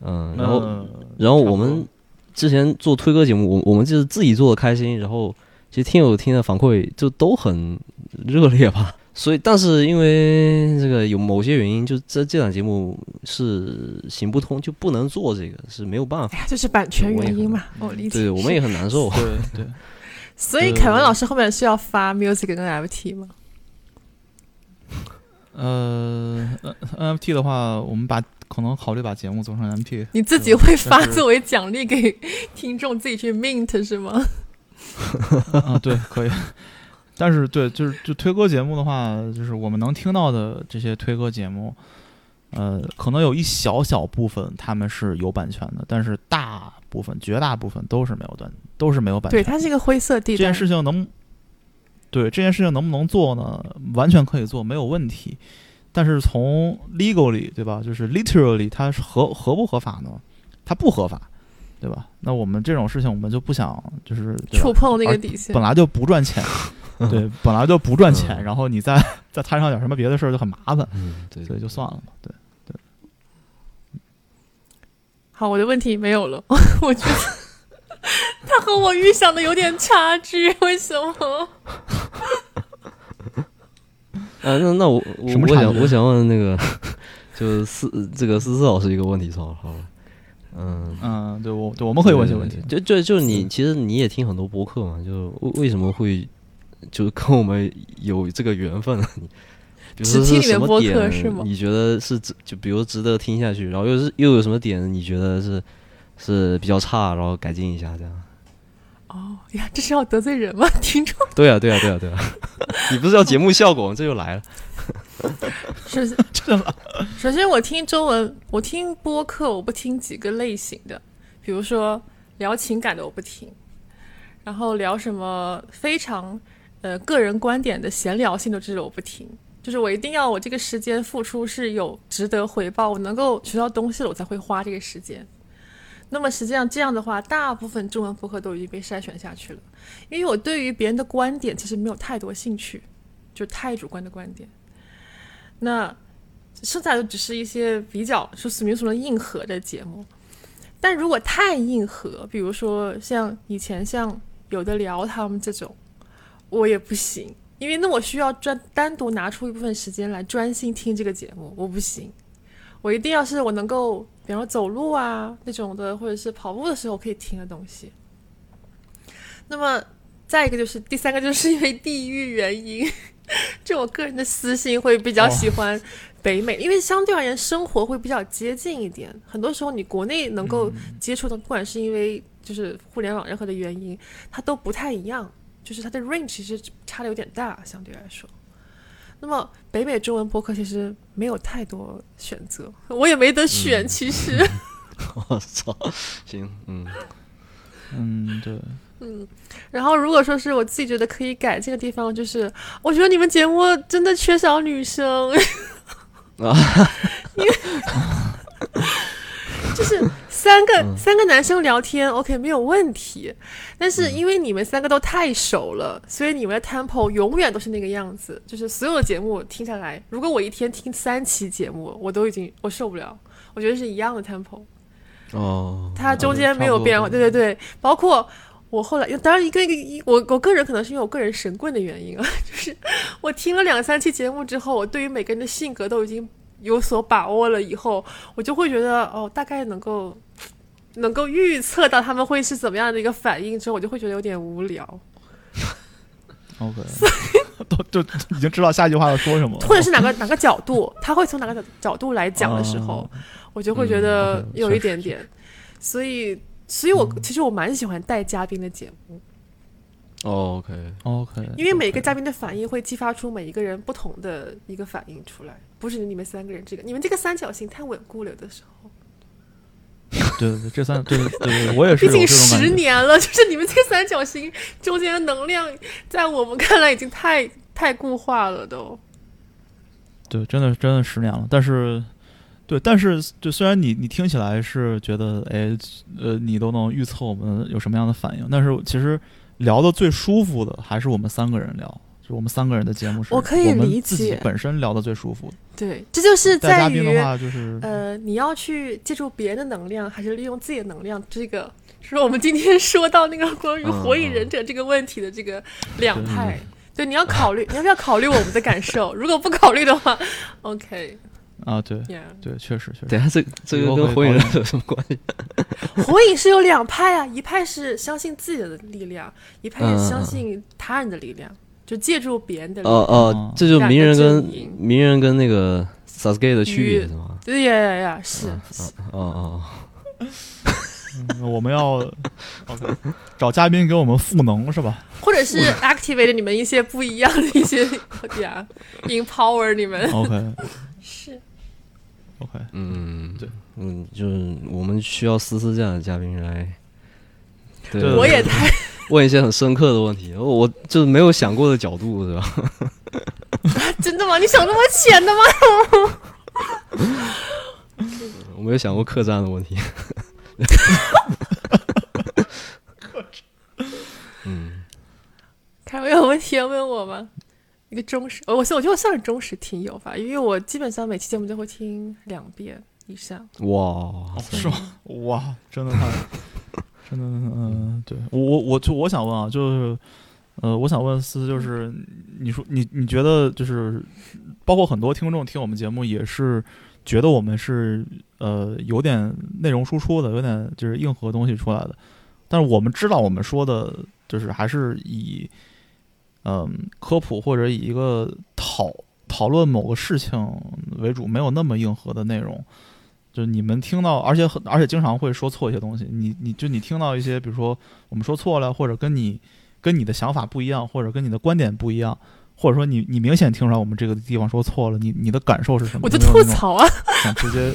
Speaker 3: 嗯、然后
Speaker 2: 呃
Speaker 3: 然后
Speaker 2: 差
Speaker 3: 我
Speaker 2: 不多
Speaker 3: 们之前做推歌节目，我我们就是自己做的开心，然后其实听友听的反馈就都很热烈吧。所以，但是因为这个有某些原因，就这这档节目是行不通，就不能做这个，是没有 办法。
Speaker 1: 哎呀，就是版权原因嘛，
Speaker 2: 嗯
Speaker 1: 我理解。
Speaker 3: 对，我们也很 难受。
Speaker 2: 对对，
Speaker 1: 所以凯文老师后面是要发 music 跟 FT 吗？
Speaker 2: 呃呃，NFT 的话，我们把可能考虑把节目做成 NFT，
Speaker 1: 你自己会发
Speaker 2: 嗯但是
Speaker 1: 作为奖励给 听众自己去 mint 是吗？
Speaker 2: 啊，对，可以。但是对，就是就推歌节目的话，就是我们能听到的这些推歌节目，呃，可能有一小小部分他们是有版权的，但是大部分、绝大部分都是没有版，都是没有版权
Speaker 1: 对，
Speaker 2: 的。
Speaker 1: 它是一个灰色地
Speaker 2: 这
Speaker 1: 带
Speaker 2: 件。事情能，对这件事情能不能做呢？完全可以做，没有问题。但是从 legally 对吧，就是 literally 它是合合不合法呢？它不合法，对吧？那我们这种事情，我们就不想就是对吧
Speaker 1: 触碰那个底线
Speaker 2: 本。来就不赚 钱，对，本来就不赚钱，然后你再再摊上点什么别的事儿就很麻烦，
Speaker 3: 嗯，对，
Speaker 2: 所以就算了嘛。对，
Speaker 1: 好，我的问题没有了， 我觉得他和我预想的有点差距，为什么？
Speaker 3: 啊，那那我我
Speaker 2: 什么啊
Speaker 3: 我
Speaker 2: 差
Speaker 3: 想
Speaker 2: 别
Speaker 3: 我想问那个， 就是思这个思思老师一个问题，操，好了，嗯，
Speaker 2: 嗯，对我对我们会问一些问题。嗯
Speaker 3: 对，就就就是你其实你也听很多播客嘛，就为为什么会就跟我们有这个缘分呢？ 你比如
Speaker 1: 只
Speaker 3: 说
Speaker 1: 听
Speaker 3: 是
Speaker 1: 你
Speaker 3: 什
Speaker 1: 们
Speaker 3: 么
Speaker 1: 播客
Speaker 3: 点
Speaker 1: 是吗
Speaker 3: 你觉得是值就比如值得听下去，然后又是又有什么点你觉得是是比较差，然后改进一下这样？
Speaker 1: 哦呀，这是要得罪人吗？听众
Speaker 3: 对啊，对啊，对啊，对 啊，你不是要节目效果吗？这就来了。
Speaker 1: 首先，首先我听中文，我听播客，我不听几个类型的，比如说聊情感的我不听，然后聊什么非常呃个人观点的闲聊性的这种我不听，就是我一定要我这个时间付出是有值得回报，我能够学到东西了，我才会花这个时间。那么实际上这样的话，大部分中文播客都已经被筛选下去了，因为我对于别人的观点其实没有太多兴趣，就太主观的观点。那剩下的只是一些比较就死民俗的硬核的节目。但如果太硬核，比如说像以前像有的聊他们这种，我也不行，因为那我需要专单独拿出一部分时间来专心听这个节目，我不行。我一定要是我能够，比方说走路啊那种的，或者是跑步的时候可以听的东西。那么再一个就是第三个，就是因为地域原因，就我个人的私心会比较
Speaker 2: 哦
Speaker 1: 喜欢北美，因为相对而言生活会比较接近一点。很多时候你国内能够接触的，不管是因为就是互联网任何的原因，它都不太一样，就是它的 range 其实差的有点大，相对来说。那么北美中文播客其实没有太多选择，我也没得选。其实，
Speaker 3: 我操，行，嗯，
Speaker 2: 嗯，对，
Speaker 1: 然后如果说是我自己觉得可以改进的地方，就是我觉得你们节目真的缺少女生，
Speaker 3: 啊
Speaker 1: 就是三个、三个男生聊天，OK 没有问题，但是因为你们三个都太熟了，所以你们的 tempo 永远都是那个样子，就是所有的节目听下来，如果我一天听三期节目，我都已经我受不了，我觉得是一样的 tempo。
Speaker 3: 哦，
Speaker 1: 它中间没有变化，对对对，包括我后来，当然一个一个一，我我个人可能是因为我个人神棍的原因啊， 就是我听了两三期节目之后，我对于每个人的性格都已经有所把握了，以后我就会觉得哦，大概能够能够预测到他们会是怎么样的一个反应，之后我就会觉得有点无聊，
Speaker 2: OK，都 就已经知道下一句话要说什么了。
Speaker 1: 或者是哪个哪个角度，他会从哪个角角度来讲的时候，
Speaker 2: 哦
Speaker 1: 我就会觉得有一点点，所以所以我其实我蛮喜欢带嘉宾的节目。
Speaker 3: 哦，OK，
Speaker 2: OK，
Speaker 1: 因为每个嘉宾的反应会激发出每一个人不同的一个反应出来，不是你们三个人这个，你们这个三角形太稳固了，有的时候，
Speaker 2: 对对对，这三对对对，对我也
Speaker 1: 毕
Speaker 2: 是有这
Speaker 1: 竟
Speaker 2: 种
Speaker 1: 十
Speaker 2: 感觉。
Speaker 1: 年了，就是你们这个三角形中间的能量，在我们看来已经太太固化了都。
Speaker 2: 对，真的真的十年了，但是。对，但是就虽然你你听起来是觉得，哎，呃，你都能预测我们有什么样的反应，但是其实聊的最舒服的还是我们三个人聊，就是我们三个人的节目是
Speaker 1: 我可以
Speaker 2: 们
Speaker 1: 理
Speaker 2: 自己
Speaker 1: 解
Speaker 2: 本身聊的最舒服的。
Speaker 1: 对，这就是
Speaker 2: 带
Speaker 1: 在
Speaker 2: 嘉宾
Speaker 1: 于
Speaker 2: 的话就是，
Speaker 1: 呃，你要去借助别人的能量，还是利用自己的能量？这个是我们今天说到那个关于《火影忍者》这个问题的这个两派。
Speaker 2: 嗯
Speaker 1: 对，你要考虑，你要不要考虑我们的感受？如果不考虑的话，OK，Yeah，、
Speaker 2: 啊，对对，确实确实，
Speaker 3: 等一下这这
Speaker 2: 以
Speaker 3: 个
Speaker 2: 后
Speaker 3: 跟
Speaker 2: 会
Speaker 3: 火
Speaker 2: 讨
Speaker 3: 影忍
Speaker 2: 论
Speaker 3: 者有什么关系？
Speaker 1: 火影是有两派啊，一派是相信自己的力量，一
Speaker 2: 嗯
Speaker 1: 派是相信他人的力量，就借助别人的力
Speaker 3: 哦
Speaker 1: 量。
Speaker 2: 嗯
Speaker 3: 哦，这就
Speaker 1: 两
Speaker 3: 鸣
Speaker 1: 个
Speaker 3: 人跟
Speaker 1: 阵营
Speaker 3: 鸣人跟那个 Sasuke 的区别是吗？
Speaker 1: 对呀呀呀，是是
Speaker 3: 哦哦，
Speaker 2: 嗯我们要 OK，找嘉宾给我们赋能是吧？
Speaker 1: 或者是 activate 你们一些不一样的一些 呀、yeah,，empower 你们
Speaker 2: OK
Speaker 1: 是。
Speaker 2: OK，
Speaker 3: 嗯，
Speaker 2: 对，
Speaker 3: 嗯，就是我们需要思思这样的嘉宾来。对
Speaker 2: 对
Speaker 1: 我也太
Speaker 3: 问一些很深刻的问题，哦我就是没有想过的角度，是吧？
Speaker 1: 真的吗？你想那么浅的吗？
Speaker 3: 我没有想过客栈的问题。嗯，
Speaker 1: 凯文有问题要问我吗？一个忠实，我我觉得我算是忠实听友吧，因为我基本上每期节目都会听两遍以上。
Speaker 3: 哇塞，
Speaker 2: 是吗？哇，真的太，真的，嗯、对我我我就我想问啊，就是，呃，我想问思，就是你说你你觉得就是，包括很多听众听我们节目也是觉得我们是呃有点内容输出的，有点就是呃硬核东西出来的，但是我们知道我们说的就是还是以嗯、科普或者以一个讨讨论某个事情为主，没有那么硬核的内容。就是你们听到，而且很而且经常会说错一些东西。你你就你听到一些，比如说我们说错了，或者跟你跟你的想法不一样，或者跟你的观点不一样，或者说你你明显听出来我们这个地方说错了，你你的感受是什么？
Speaker 1: 我就
Speaker 2: 有没
Speaker 1: 吐
Speaker 2: 有那种
Speaker 1: 槽啊！
Speaker 2: 想直接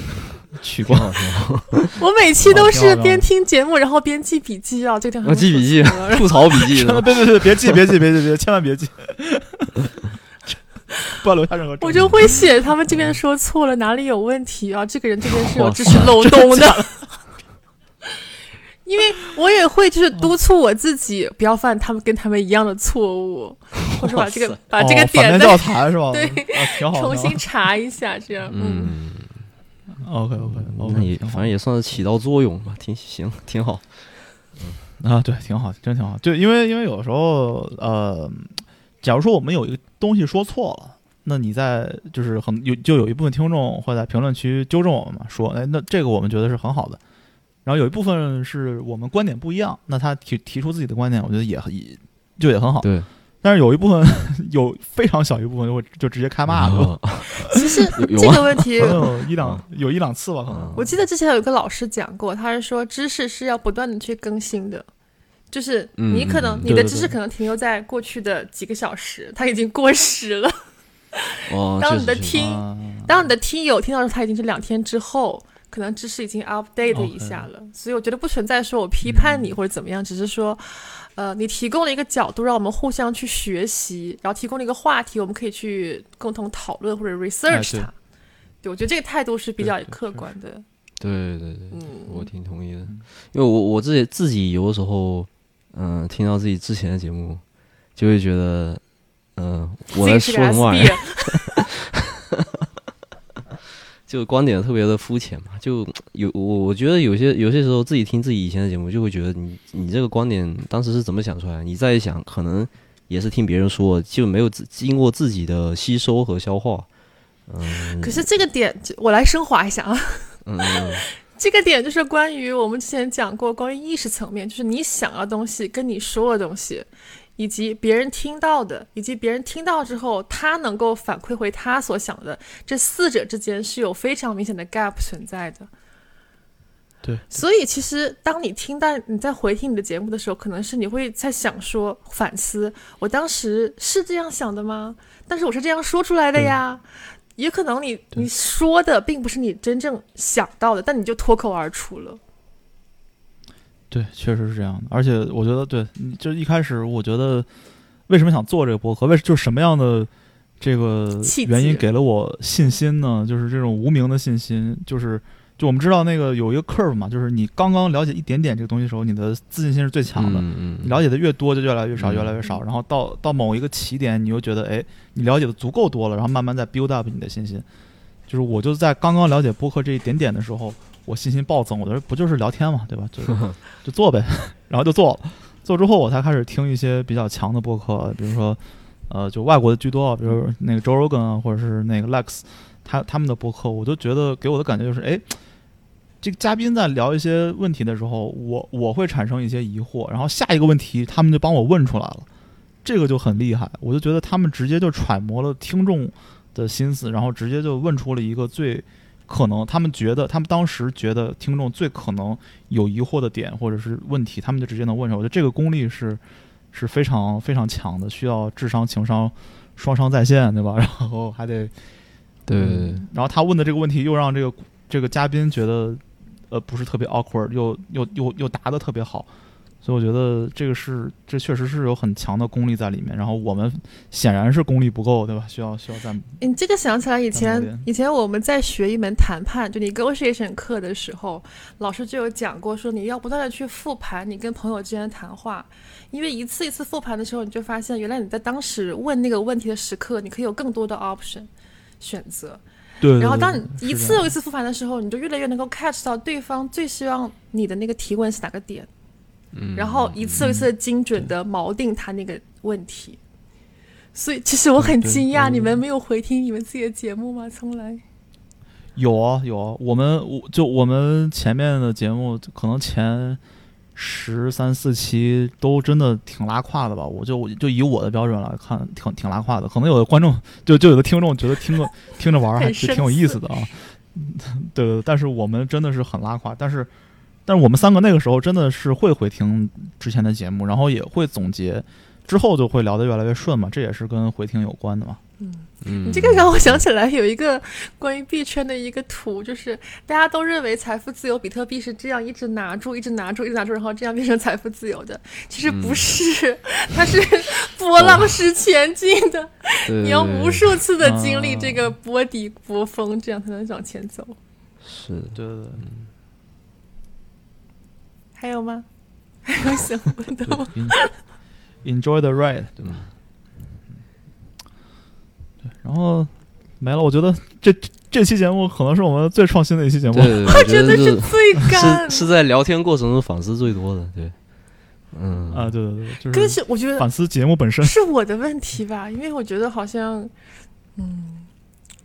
Speaker 2: 取
Speaker 3: 挺
Speaker 2: 关。
Speaker 3: 好 挺好，
Speaker 1: 我每期都
Speaker 2: 哦挺好
Speaker 1: 是
Speaker 2: 的
Speaker 1: 边听节目，然后边记笔记啊，这点很
Speaker 3: 我哦记笔记
Speaker 1: 吐槽了，
Speaker 3: 吐槽笔记是吧
Speaker 2: 啊别别别别记别记别记别千万别记， 不要留下任何证 据。
Speaker 1: 我就会写他们这边说错了，哪里有问题啊？这个人这边是有知识漏洞的。 因为我也会就是督促我自己不要犯他们跟他们一样的错 误，或者把这
Speaker 3: 哇
Speaker 1: 个把这个
Speaker 2: 哦反
Speaker 1: 点
Speaker 2: 面
Speaker 1: 再
Speaker 2: 教材是 吧？
Speaker 1: 对
Speaker 2: 啊，挺好。
Speaker 1: 重新查一下，这样嗯，
Speaker 3: 嗯，
Speaker 2: OK OK，
Speaker 3: 那也反正也算是起到作用吧，挺行，挺好。
Speaker 2: 啊，对，挺好，真挺好。对，因为因为有时候呃，假如说我们有一个东西说错了，那你在就是很有就有一部分听众会在评论区纠正我们嘛，说哎，那这个我们觉得是很好的。然后有一部分是我们观点不一样，那他提提出自己的观点，我觉得也很也就也很好。
Speaker 3: 对，
Speaker 2: 但是有一部分有非常小一部分就会就直接开骂了，
Speaker 3: 啊
Speaker 1: 其实
Speaker 3: 有有
Speaker 1: 这
Speaker 3: 吗
Speaker 1: 个问题
Speaker 2: 可能有一两有一两次
Speaker 3: 嗯
Speaker 2: 吧，可能。
Speaker 1: 我记得之前有一个老师讲过，他是说知识是要不断的去更新的，就是
Speaker 3: 嗯
Speaker 1: 你可能、
Speaker 3: 嗯
Speaker 1: 你
Speaker 2: 对
Speaker 1: 的
Speaker 2: 对
Speaker 1: 知识
Speaker 2: 对
Speaker 1: 可能停留在过去的几个小时，它已经过时了。
Speaker 3: 哦，
Speaker 1: 当
Speaker 3: 确
Speaker 1: 你的
Speaker 3: 实是
Speaker 1: 听
Speaker 2: 啊
Speaker 1: 当你的听友听到说它已经是两天之后，可能知识已经 update
Speaker 2: OK 嗯
Speaker 1: 一下了所以我觉得不存在说我批判你或者怎么样，只是说，呃，你提供了一个角度，让我们互相去学习，然后提供了一个话题，我们可以去共同讨论或者 research
Speaker 2: 哎对
Speaker 1: 它。对，我觉得这个态度是比
Speaker 2: 对
Speaker 1: 较
Speaker 2: 对
Speaker 1: 客
Speaker 2: 确
Speaker 1: 观的。
Speaker 3: 对对对，
Speaker 1: 嗯，
Speaker 3: 我挺同意的，因为我我自己自己有的时候，嗯、听到自己之前的节目，就会觉得，嗯、我
Speaker 1: 自
Speaker 3: 在
Speaker 1: 己是
Speaker 3: 说
Speaker 1: 个啊
Speaker 3: 什么玩
Speaker 1: SB
Speaker 3: 意儿， 就观点特别的肤浅嘛。就有我我觉得有些有些时候自己听自己以前的节目，就会觉得你你这个观点当时是怎么想出来的？你再一想，可能也是听别人说，就没有自经过自己的吸收和消化。嗯，
Speaker 1: 可是这个点，就我来升华一下啊。
Speaker 3: 嗯，嗯
Speaker 1: 这个点就是关于我们之前讲过，关于意识层面，就是你想要的东西跟你说的东西，以及别人听到的，以及别人听到之后他能够反馈回他所想的，这四者之间是有非常明显的 gap 存在的。
Speaker 2: 对，
Speaker 1: 所以其实当你听到你在回听你的节目的时候，可能是你会在想说反思，我当时是这样想的吗？但是我是这样说出来的呀。也可能你
Speaker 2: 对
Speaker 1: 你说的并不是你真正想到的，但你就脱口而出了。
Speaker 2: 对，确实是这样的。而且我觉得，对，你就一开始我觉得为什么想做这个博客，为就是什么样的这个
Speaker 1: 契机
Speaker 2: 原因给了我信心呢？就是这种无名的信心，就是就我们知道那个有一个 curve 嘛，就是你刚刚了解一点点这个东西的时候，你的自信心是最强的。
Speaker 3: 嗯
Speaker 2: 你了解的越多，就越来越少，
Speaker 3: 嗯
Speaker 2: 越来越少。然后到到某一个起点，你又觉得，哎，你了解的足够多了，然后慢慢再 build up 你的信心。就是我就在刚刚了解播客这一点点的时候，我信心暴增。我觉得不就是聊天嘛，对吧？就是就做呗， 然后就做了。做之后，我才开始听一些比较强的播客，比如说，呃，就外国的居多，比如那个 Joe Rogan 啊，或者是那个 Lex，他他们的播客，我就觉得给我的感觉就是，哎，这个嘉宾在聊一些问题的时候，我我会产生一些疑惑，然后下一个问题他们就帮我问出来了，这个就很厉害。我就觉得他们直接就揣摩了听众的心思，然后直接就问出了一个最可能他们觉得他们当时觉得听众最可能有疑惑的点或者是问题，他们就直接能问上。我觉得这个功力是是非常非常强的，需要智商、情商双商在线，对吧？ 然后还得
Speaker 3: 对对对
Speaker 2: 嗯，然后他问的这个问题又让这个这个嘉宾觉得呃不是特别 awkward，又又又又答的特别好，所以我觉得这个是这确实是有很强的功力在里面。然后我们显然是功力不够，对吧？需要需要再
Speaker 1: 你这个想起来以
Speaker 2: 嗯有
Speaker 1: 前
Speaker 2: 点，
Speaker 1: 以前我们在学一门谈判，就你 negotiation 课的时候，老师就有讲过说，你要不断的去复盘你跟朋友之间的谈话，因为一次一次复盘的时候，你就发现原来你在当时问那个问题的时刻，你可以有更多的 option 选择。
Speaker 2: 对
Speaker 1: 然后当你
Speaker 2: 对
Speaker 1: 一
Speaker 2: 嗯是
Speaker 1: 次
Speaker 2: 这
Speaker 1: 又
Speaker 2: 样
Speaker 1: 一次复盘的时候，你就越来越能够 catch 到对方最希望你的那个提问是哪个点，
Speaker 3: 嗯
Speaker 1: 然后一次又一次的精准的锚定他那个问题。所以，其实
Speaker 3: 嗯
Speaker 1: 我很
Speaker 2: 对
Speaker 1: 惊讶，
Speaker 2: 对
Speaker 1: 你们没有回听你们自己的节目吗？从来。
Speaker 3: 嗯
Speaker 2: 有啊有啊，我们我就我们前面的节目可能前十三四期都真的挺拉胯的吧，我就我就以我的标准来看，挺挺拉胯的。可能有的观众就就有的听众觉得听个听着玩儿还
Speaker 1: 很
Speaker 2: 是
Speaker 1: 深
Speaker 2: 挺有意思的啊，嗯对对对，但是我们真的是很拉胯，但是。但是我们三个那个时候真的是会回听之前的节目，然后也会总结，之后就会聊得越来越顺嘛，这也是跟回听有关的嘛。
Speaker 3: 你
Speaker 1: 你这个让我想起来有一个关于币圈的一个图，就是大家都认为财富自由，比特币是这样一直拿住，一直拿住，一直拿住，然后这样变成财富自由的。其实不
Speaker 3: 嗯
Speaker 1: 是，它是波浪式前进的，
Speaker 3: 对
Speaker 1: 你要无数次的经历
Speaker 2: 啊
Speaker 1: 这
Speaker 3: 嗯
Speaker 1: 个波底波峰，这样才能往前走。
Speaker 3: 是的
Speaker 2: 对对对，
Speaker 1: 还有吗？还有想问的吗？
Speaker 2: en- Enjoy the ride，对吧？
Speaker 3: 嗯
Speaker 2: 对，然后没了。我觉得这这这期节目可能是我们最创新的一期节目
Speaker 3: 对，对，对我觉
Speaker 1: 真
Speaker 3: 得
Speaker 1: 的
Speaker 3: 是
Speaker 1: 是最干
Speaker 3: 是是在聊天过程中反思最多的，对，嗯
Speaker 2: 啊，对对对，就
Speaker 1: 跟
Speaker 2: 是
Speaker 1: 是我觉得
Speaker 2: 反思节目本 身。
Speaker 1: 是我的问题吧，因为我觉得好像，嗯，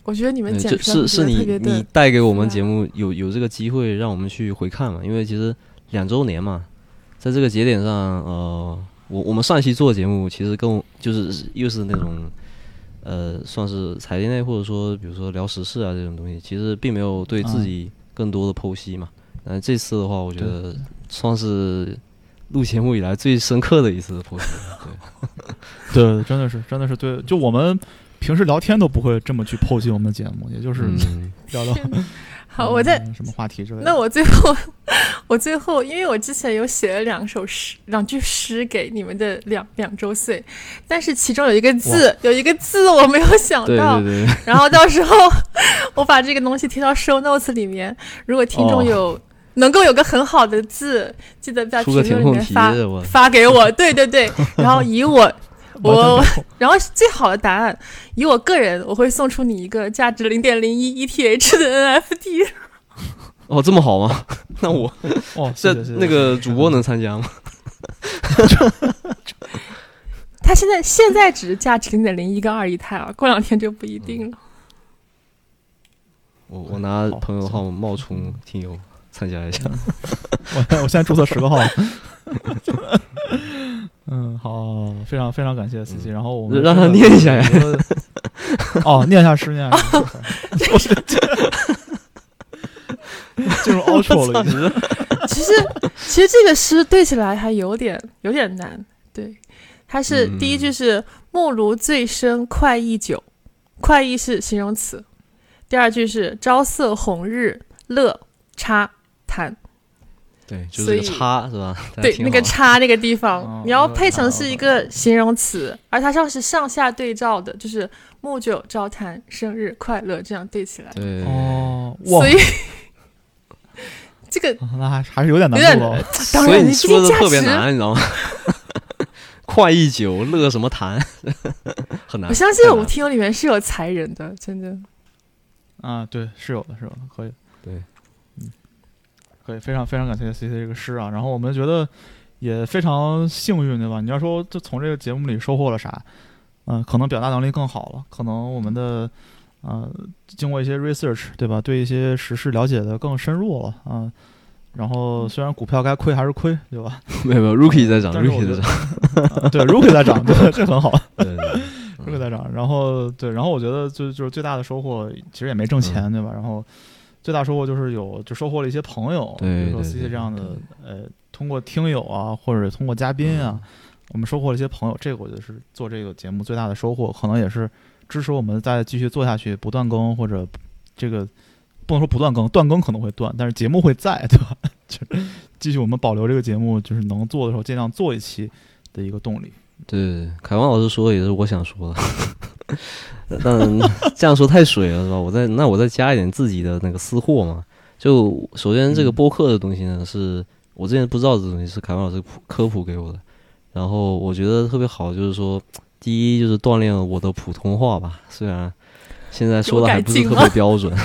Speaker 1: 我觉得你们
Speaker 3: 对，
Speaker 1: 剪
Speaker 3: 这
Speaker 1: 出来
Speaker 3: 嗯是
Speaker 1: 会觉得
Speaker 3: 是
Speaker 1: 特
Speaker 3: 你
Speaker 1: 别
Speaker 3: 你
Speaker 1: 的，
Speaker 3: 带给我们
Speaker 1: 复杂
Speaker 3: 节目有有这个机会让我们去回看嘛，因为其实两周年嘛，在这个节点上，呃，我我们上一期做的节目其实跟我就是又是那种。呃，算是财经类，或者说比如说聊时事啊这种东西，其实并没有对自
Speaker 2: 嗯
Speaker 3: 己更多的剖析嘛。但这次的话，我觉得算是录节目以来最深刻的一次剖析。
Speaker 2: 对对，对真的是真的是对，就我们平时聊天都不会这么去剖析我们的节目，也 就是
Speaker 3: 嗯，
Speaker 2: 聊聊
Speaker 1: 天 哪好，我在
Speaker 2: 嗯什么话题之类的。
Speaker 1: 那我最后，我最后，因为我之前有写了两首诗，两句诗给你们的两两周岁，但是其中有一个字，有一个字我没有想
Speaker 3: 对
Speaker 1: 到
Speaker 3: 对，对，
Speaker 1: 然后到时候我把这个东西贴到 show notes 里面，如果听众
Speaker 2: 哦
Speaker 1: 有、能够有个很好的字，记得在
Speaker 3: 出
Speaker 1: 评
Speaker 3: 个
Speaker 1: 论
Speaker 3: 填
Speaker 1: 里
Speaker 3: 空
Speaker 1: 面
Speaker 3: 题
Speaker 1: 发
Speaker 3: 的我
Speaker 1: 发给我，对对 对，然后以我我
Speaker 2: 完全 没有
Speaker 1: 然后最好的答案，以我个人，我会送出你一个价值零点零一 ETH 的 NFT。
Speaker 3: 哦，这么好吗？ 那我
Speaker 2: 哦，
Speaker 3: 这
Speaker 2: 谢谢谢谢
Speaker 3: 那个主播能参加吗？
Speaker 1: 它现在现在只是价值零点零一跟二一泰啊，过两天就不一定了。
Speaker 3: 我我拿
Speaker 2: 好
Speaker 3: 朋友号冒充听友参加一下。
Speaker 2: 我 我现在注册十个号。嗯，好，非常非常感谢司机。然后我们
Speaker 3: 嗯让他
Speaker 2: 这个
Speaker 3: 念一下呀
Speaker 2: 我 觉得哦，念一下诗，念一下诗。我是 进入 outro 了已 经，
Speaker 1: 其实 其实这个诗对起来还有点有点难，对，它是、
Speaker 3: 嗯
Speaker 1: 第一句是“木炉最深快意酒”，快意是形容词，第二句是“朝色红日乐插谈”，
Speaker 3: 对，就是
Speaker 1: 所
Speaker 3: 这
Speaker 1: 以
Speaker 3: 个叉是吧？大家
Speaker 1: 对，
Speaker 3: 听
Speaker 1: 那
Speaker 3: 好
Speaker 1: 个
Speaker 3: 了
Speaker 1: 叉那个地方，
Speaker 2: 哦
Speaker 1: 你要
Speaker 2: 那个
Speaker 1: 配
Speaker 2: 叉
Speaker 1: 成是一个形容词，而它上是上下对照的，就是木九朝谈生日快乐这样对起来，
Speaker 3: 对，
Speaker 2: 哦，哇
Speaker 1: 所，以 这个
Speaker 2: 那还还是有点
Speaker 1: 有点
Speaker 2: 难度了。
Speaker 1: 当
Speaker 3: 所以
Speaker 1: 然
Speaker 3: 你
Speaker 1: 毕
Speaker 3: 说
Speaker 1: 竟
Speaker 3: 的
Speaker 1: 价
Speaker 3: 特别
Speaker 1: 值，
Speaker 3: 难，你知道吗？ 快意酒乐什么谈， 很难
Speaker 1: 我。相信
Speaker 3: 太
Speaker 1: 我们
Speaker 3: 难
Speaker 1: 听友里面是有才人的，真的。
Speaker 2: 啊，对，是有的，是有的，可以。
Speaker 3: 对，
Speaker 2: 嗯，可以，非常非常感谢 C C 这个诗啊。然后我们觉得也非常幸运，对吧？你要说就从这个节目里收获了啥，嗯、可能表达能力更好了，可能我们的呃经过一些 research，对吧？对一些时事了解的更深入了啊。然后虽然股票该亏还是亏，对吧？
Speaker 3: 没有没有，Rookie 在涨
Speaker 2: 但是我
Speaker 3: ，Rookie
Speaker 2: 觉
Speaker 3: 在
Speaker 2: 得
Speaker 3: 涨。
Speaker 2: 啊 对 r o o k i 在涨，对，这很好。
Speaker 3: 对对对
Speaker 2: 这个在涨，然后对，然后我觉得就就是最大的收获，其实也
Speaker 3: 嗯
Speaker 2: 没挣钱，对吧？然后最大收获就是有就收获了一些朋友，
Speaker 3: 对
Speaker 2: 比如说
Speaker 3: 对
Speaker 2: C
Speaker 3: 对嗯
Speaker 2: C 这样的，呃，通过听友啊，或者通过嘉宾啊，我们收获了一些朋友，这个我觉得是做这个节目最大的收获，可能也是支持我们再继续做下去，不断更或者这个不能说不断更，断更可能会断，但是节目会在，对吧？ 继续我们保留这个节目，就是能做的时候尽量做一期的一个动力。
Speaker 3: 对，凯文老师说的也是我想说的，但这样说太水了是吧？我再那我再加一点自己的那个私货嘛。就首先这个播客的东西呢，是我之前不知道的东西，是凯文老师科普给我的。然后我觉得特别好，就是说，第一就是锻炼我的普通话吧，虽然现在说的还不是特别标准，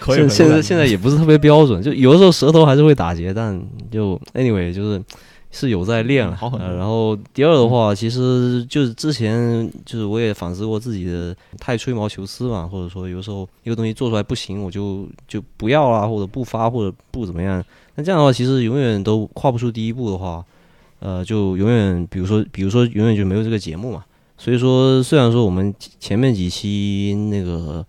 Speaker 2: 可
Speaker 3: 现
Speaker 2: 以，
Speaker 3: 现在现在也不是特别标准，就有的时候舌头还是会打结，但就 anyway 就是是有在练了。
Speaker 2: 嗯好很多嗯
Speaker 3: 呃然后第二的话，其实就是之前就是我也反思过自己的太吹毛求疵嘛，或者说有时候一个东西做出来不行，我就就不要啦，或者不发，或者不怎么样。那这样的话，其实永远都跨不出第一步的话，呃，就永远比如说比如说永远就没有这个节目嘛。所以说，虽然说我们前面几期那个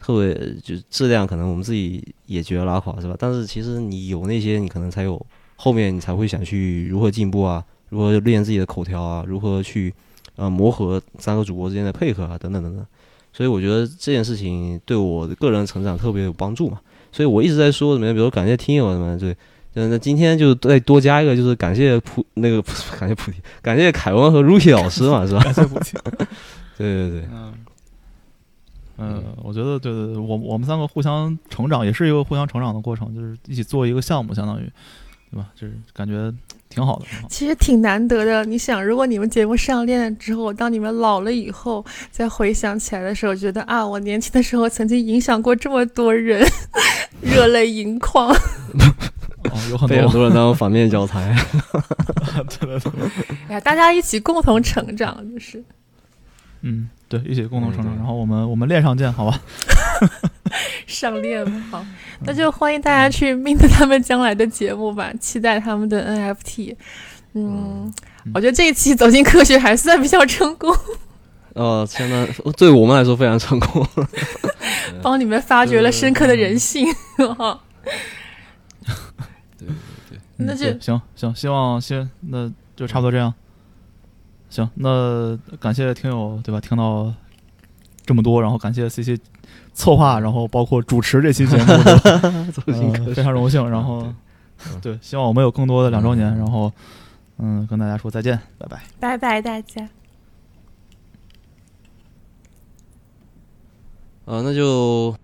Speaker 3: 特别就质量可能我们自己也觉得拉垮是吧？但是其实你有那些，你可能才有后面你才会想去如何进步啊，如何练自己的口条啊，如何去呃磨合三个主播之间的配合啊，等等等等。所以我觉得这件事情对我个人成长特别有帮助嘛。所以我一直在说什么，比如说感谢听友什么的，对，嗯，那今天就再多加一个，就是感谢普那个 不是感谢菩提，感谢凯文和 Rookie 老师嘛，是吧？
Speaker 2: 感谢不弃。
Speaker 3: 对对对，
Speaker 2: 嗯，呃，我觉得对对对，我我们三个互相成长，也是一个互相成长的过程，就是一起做一个项目，相当于，对吧？就是感觉挺好的，挺好的
Speaker 1: 其实挺难得的。你想，如果你们节目上链了之后，当你们老了以后，再回想起来的时候，觉得啊，我年轻的时候曾经影响过这么多人， 热泪盈眶。
Speaker 2: 哦， 有很
Speaker 3: 被很
Speaker 2: 多，
Speaker 3: 多人当反面教材。
Speaker 2: 对对对，
Speaker 1: 哎呀，大家一起共同成长，就是
Speaker 2: 嗯，对，一起共同成
Speaker 3: 嗯
Speaker 2: 长。
Speaker 3: 对
Speaker 2: 然后我们我们链上见，好吧？
Speaker 1: 上链嘛。好， 那就欢迎大家去 mint 他们将来的节目吧，期待他们的 NFT。嗯，我觉得这一期走进科学还算比较成功，
Speaker 3: 哦，相当对我们来说非常成功。
Speaker 1: 帮你们发掘了深刻的人性。 哈，
Speaker 2: 嗯
Speaker 1: 那就
Speaker 2: 对行行，希望先那就差不多这样。行，那感谢听友对吧？听到这么多，然后感谢 C C 策划，然后包括主持这期节目，对吧
Speaker 3: 走进
Speaker 2: 呃
Speaker 3: 科
Speaker 2: 非
Speaker 3: 学，
Speaker 2: 常荣幸。然后
Speaker 3: 嗯
Speaker 2: 对，希望我们有更多的两周年。然后嗯，跟大家说再见，拜拜。
Speaker 1: 拜拜，大家。
Speaker 3: 啊，那就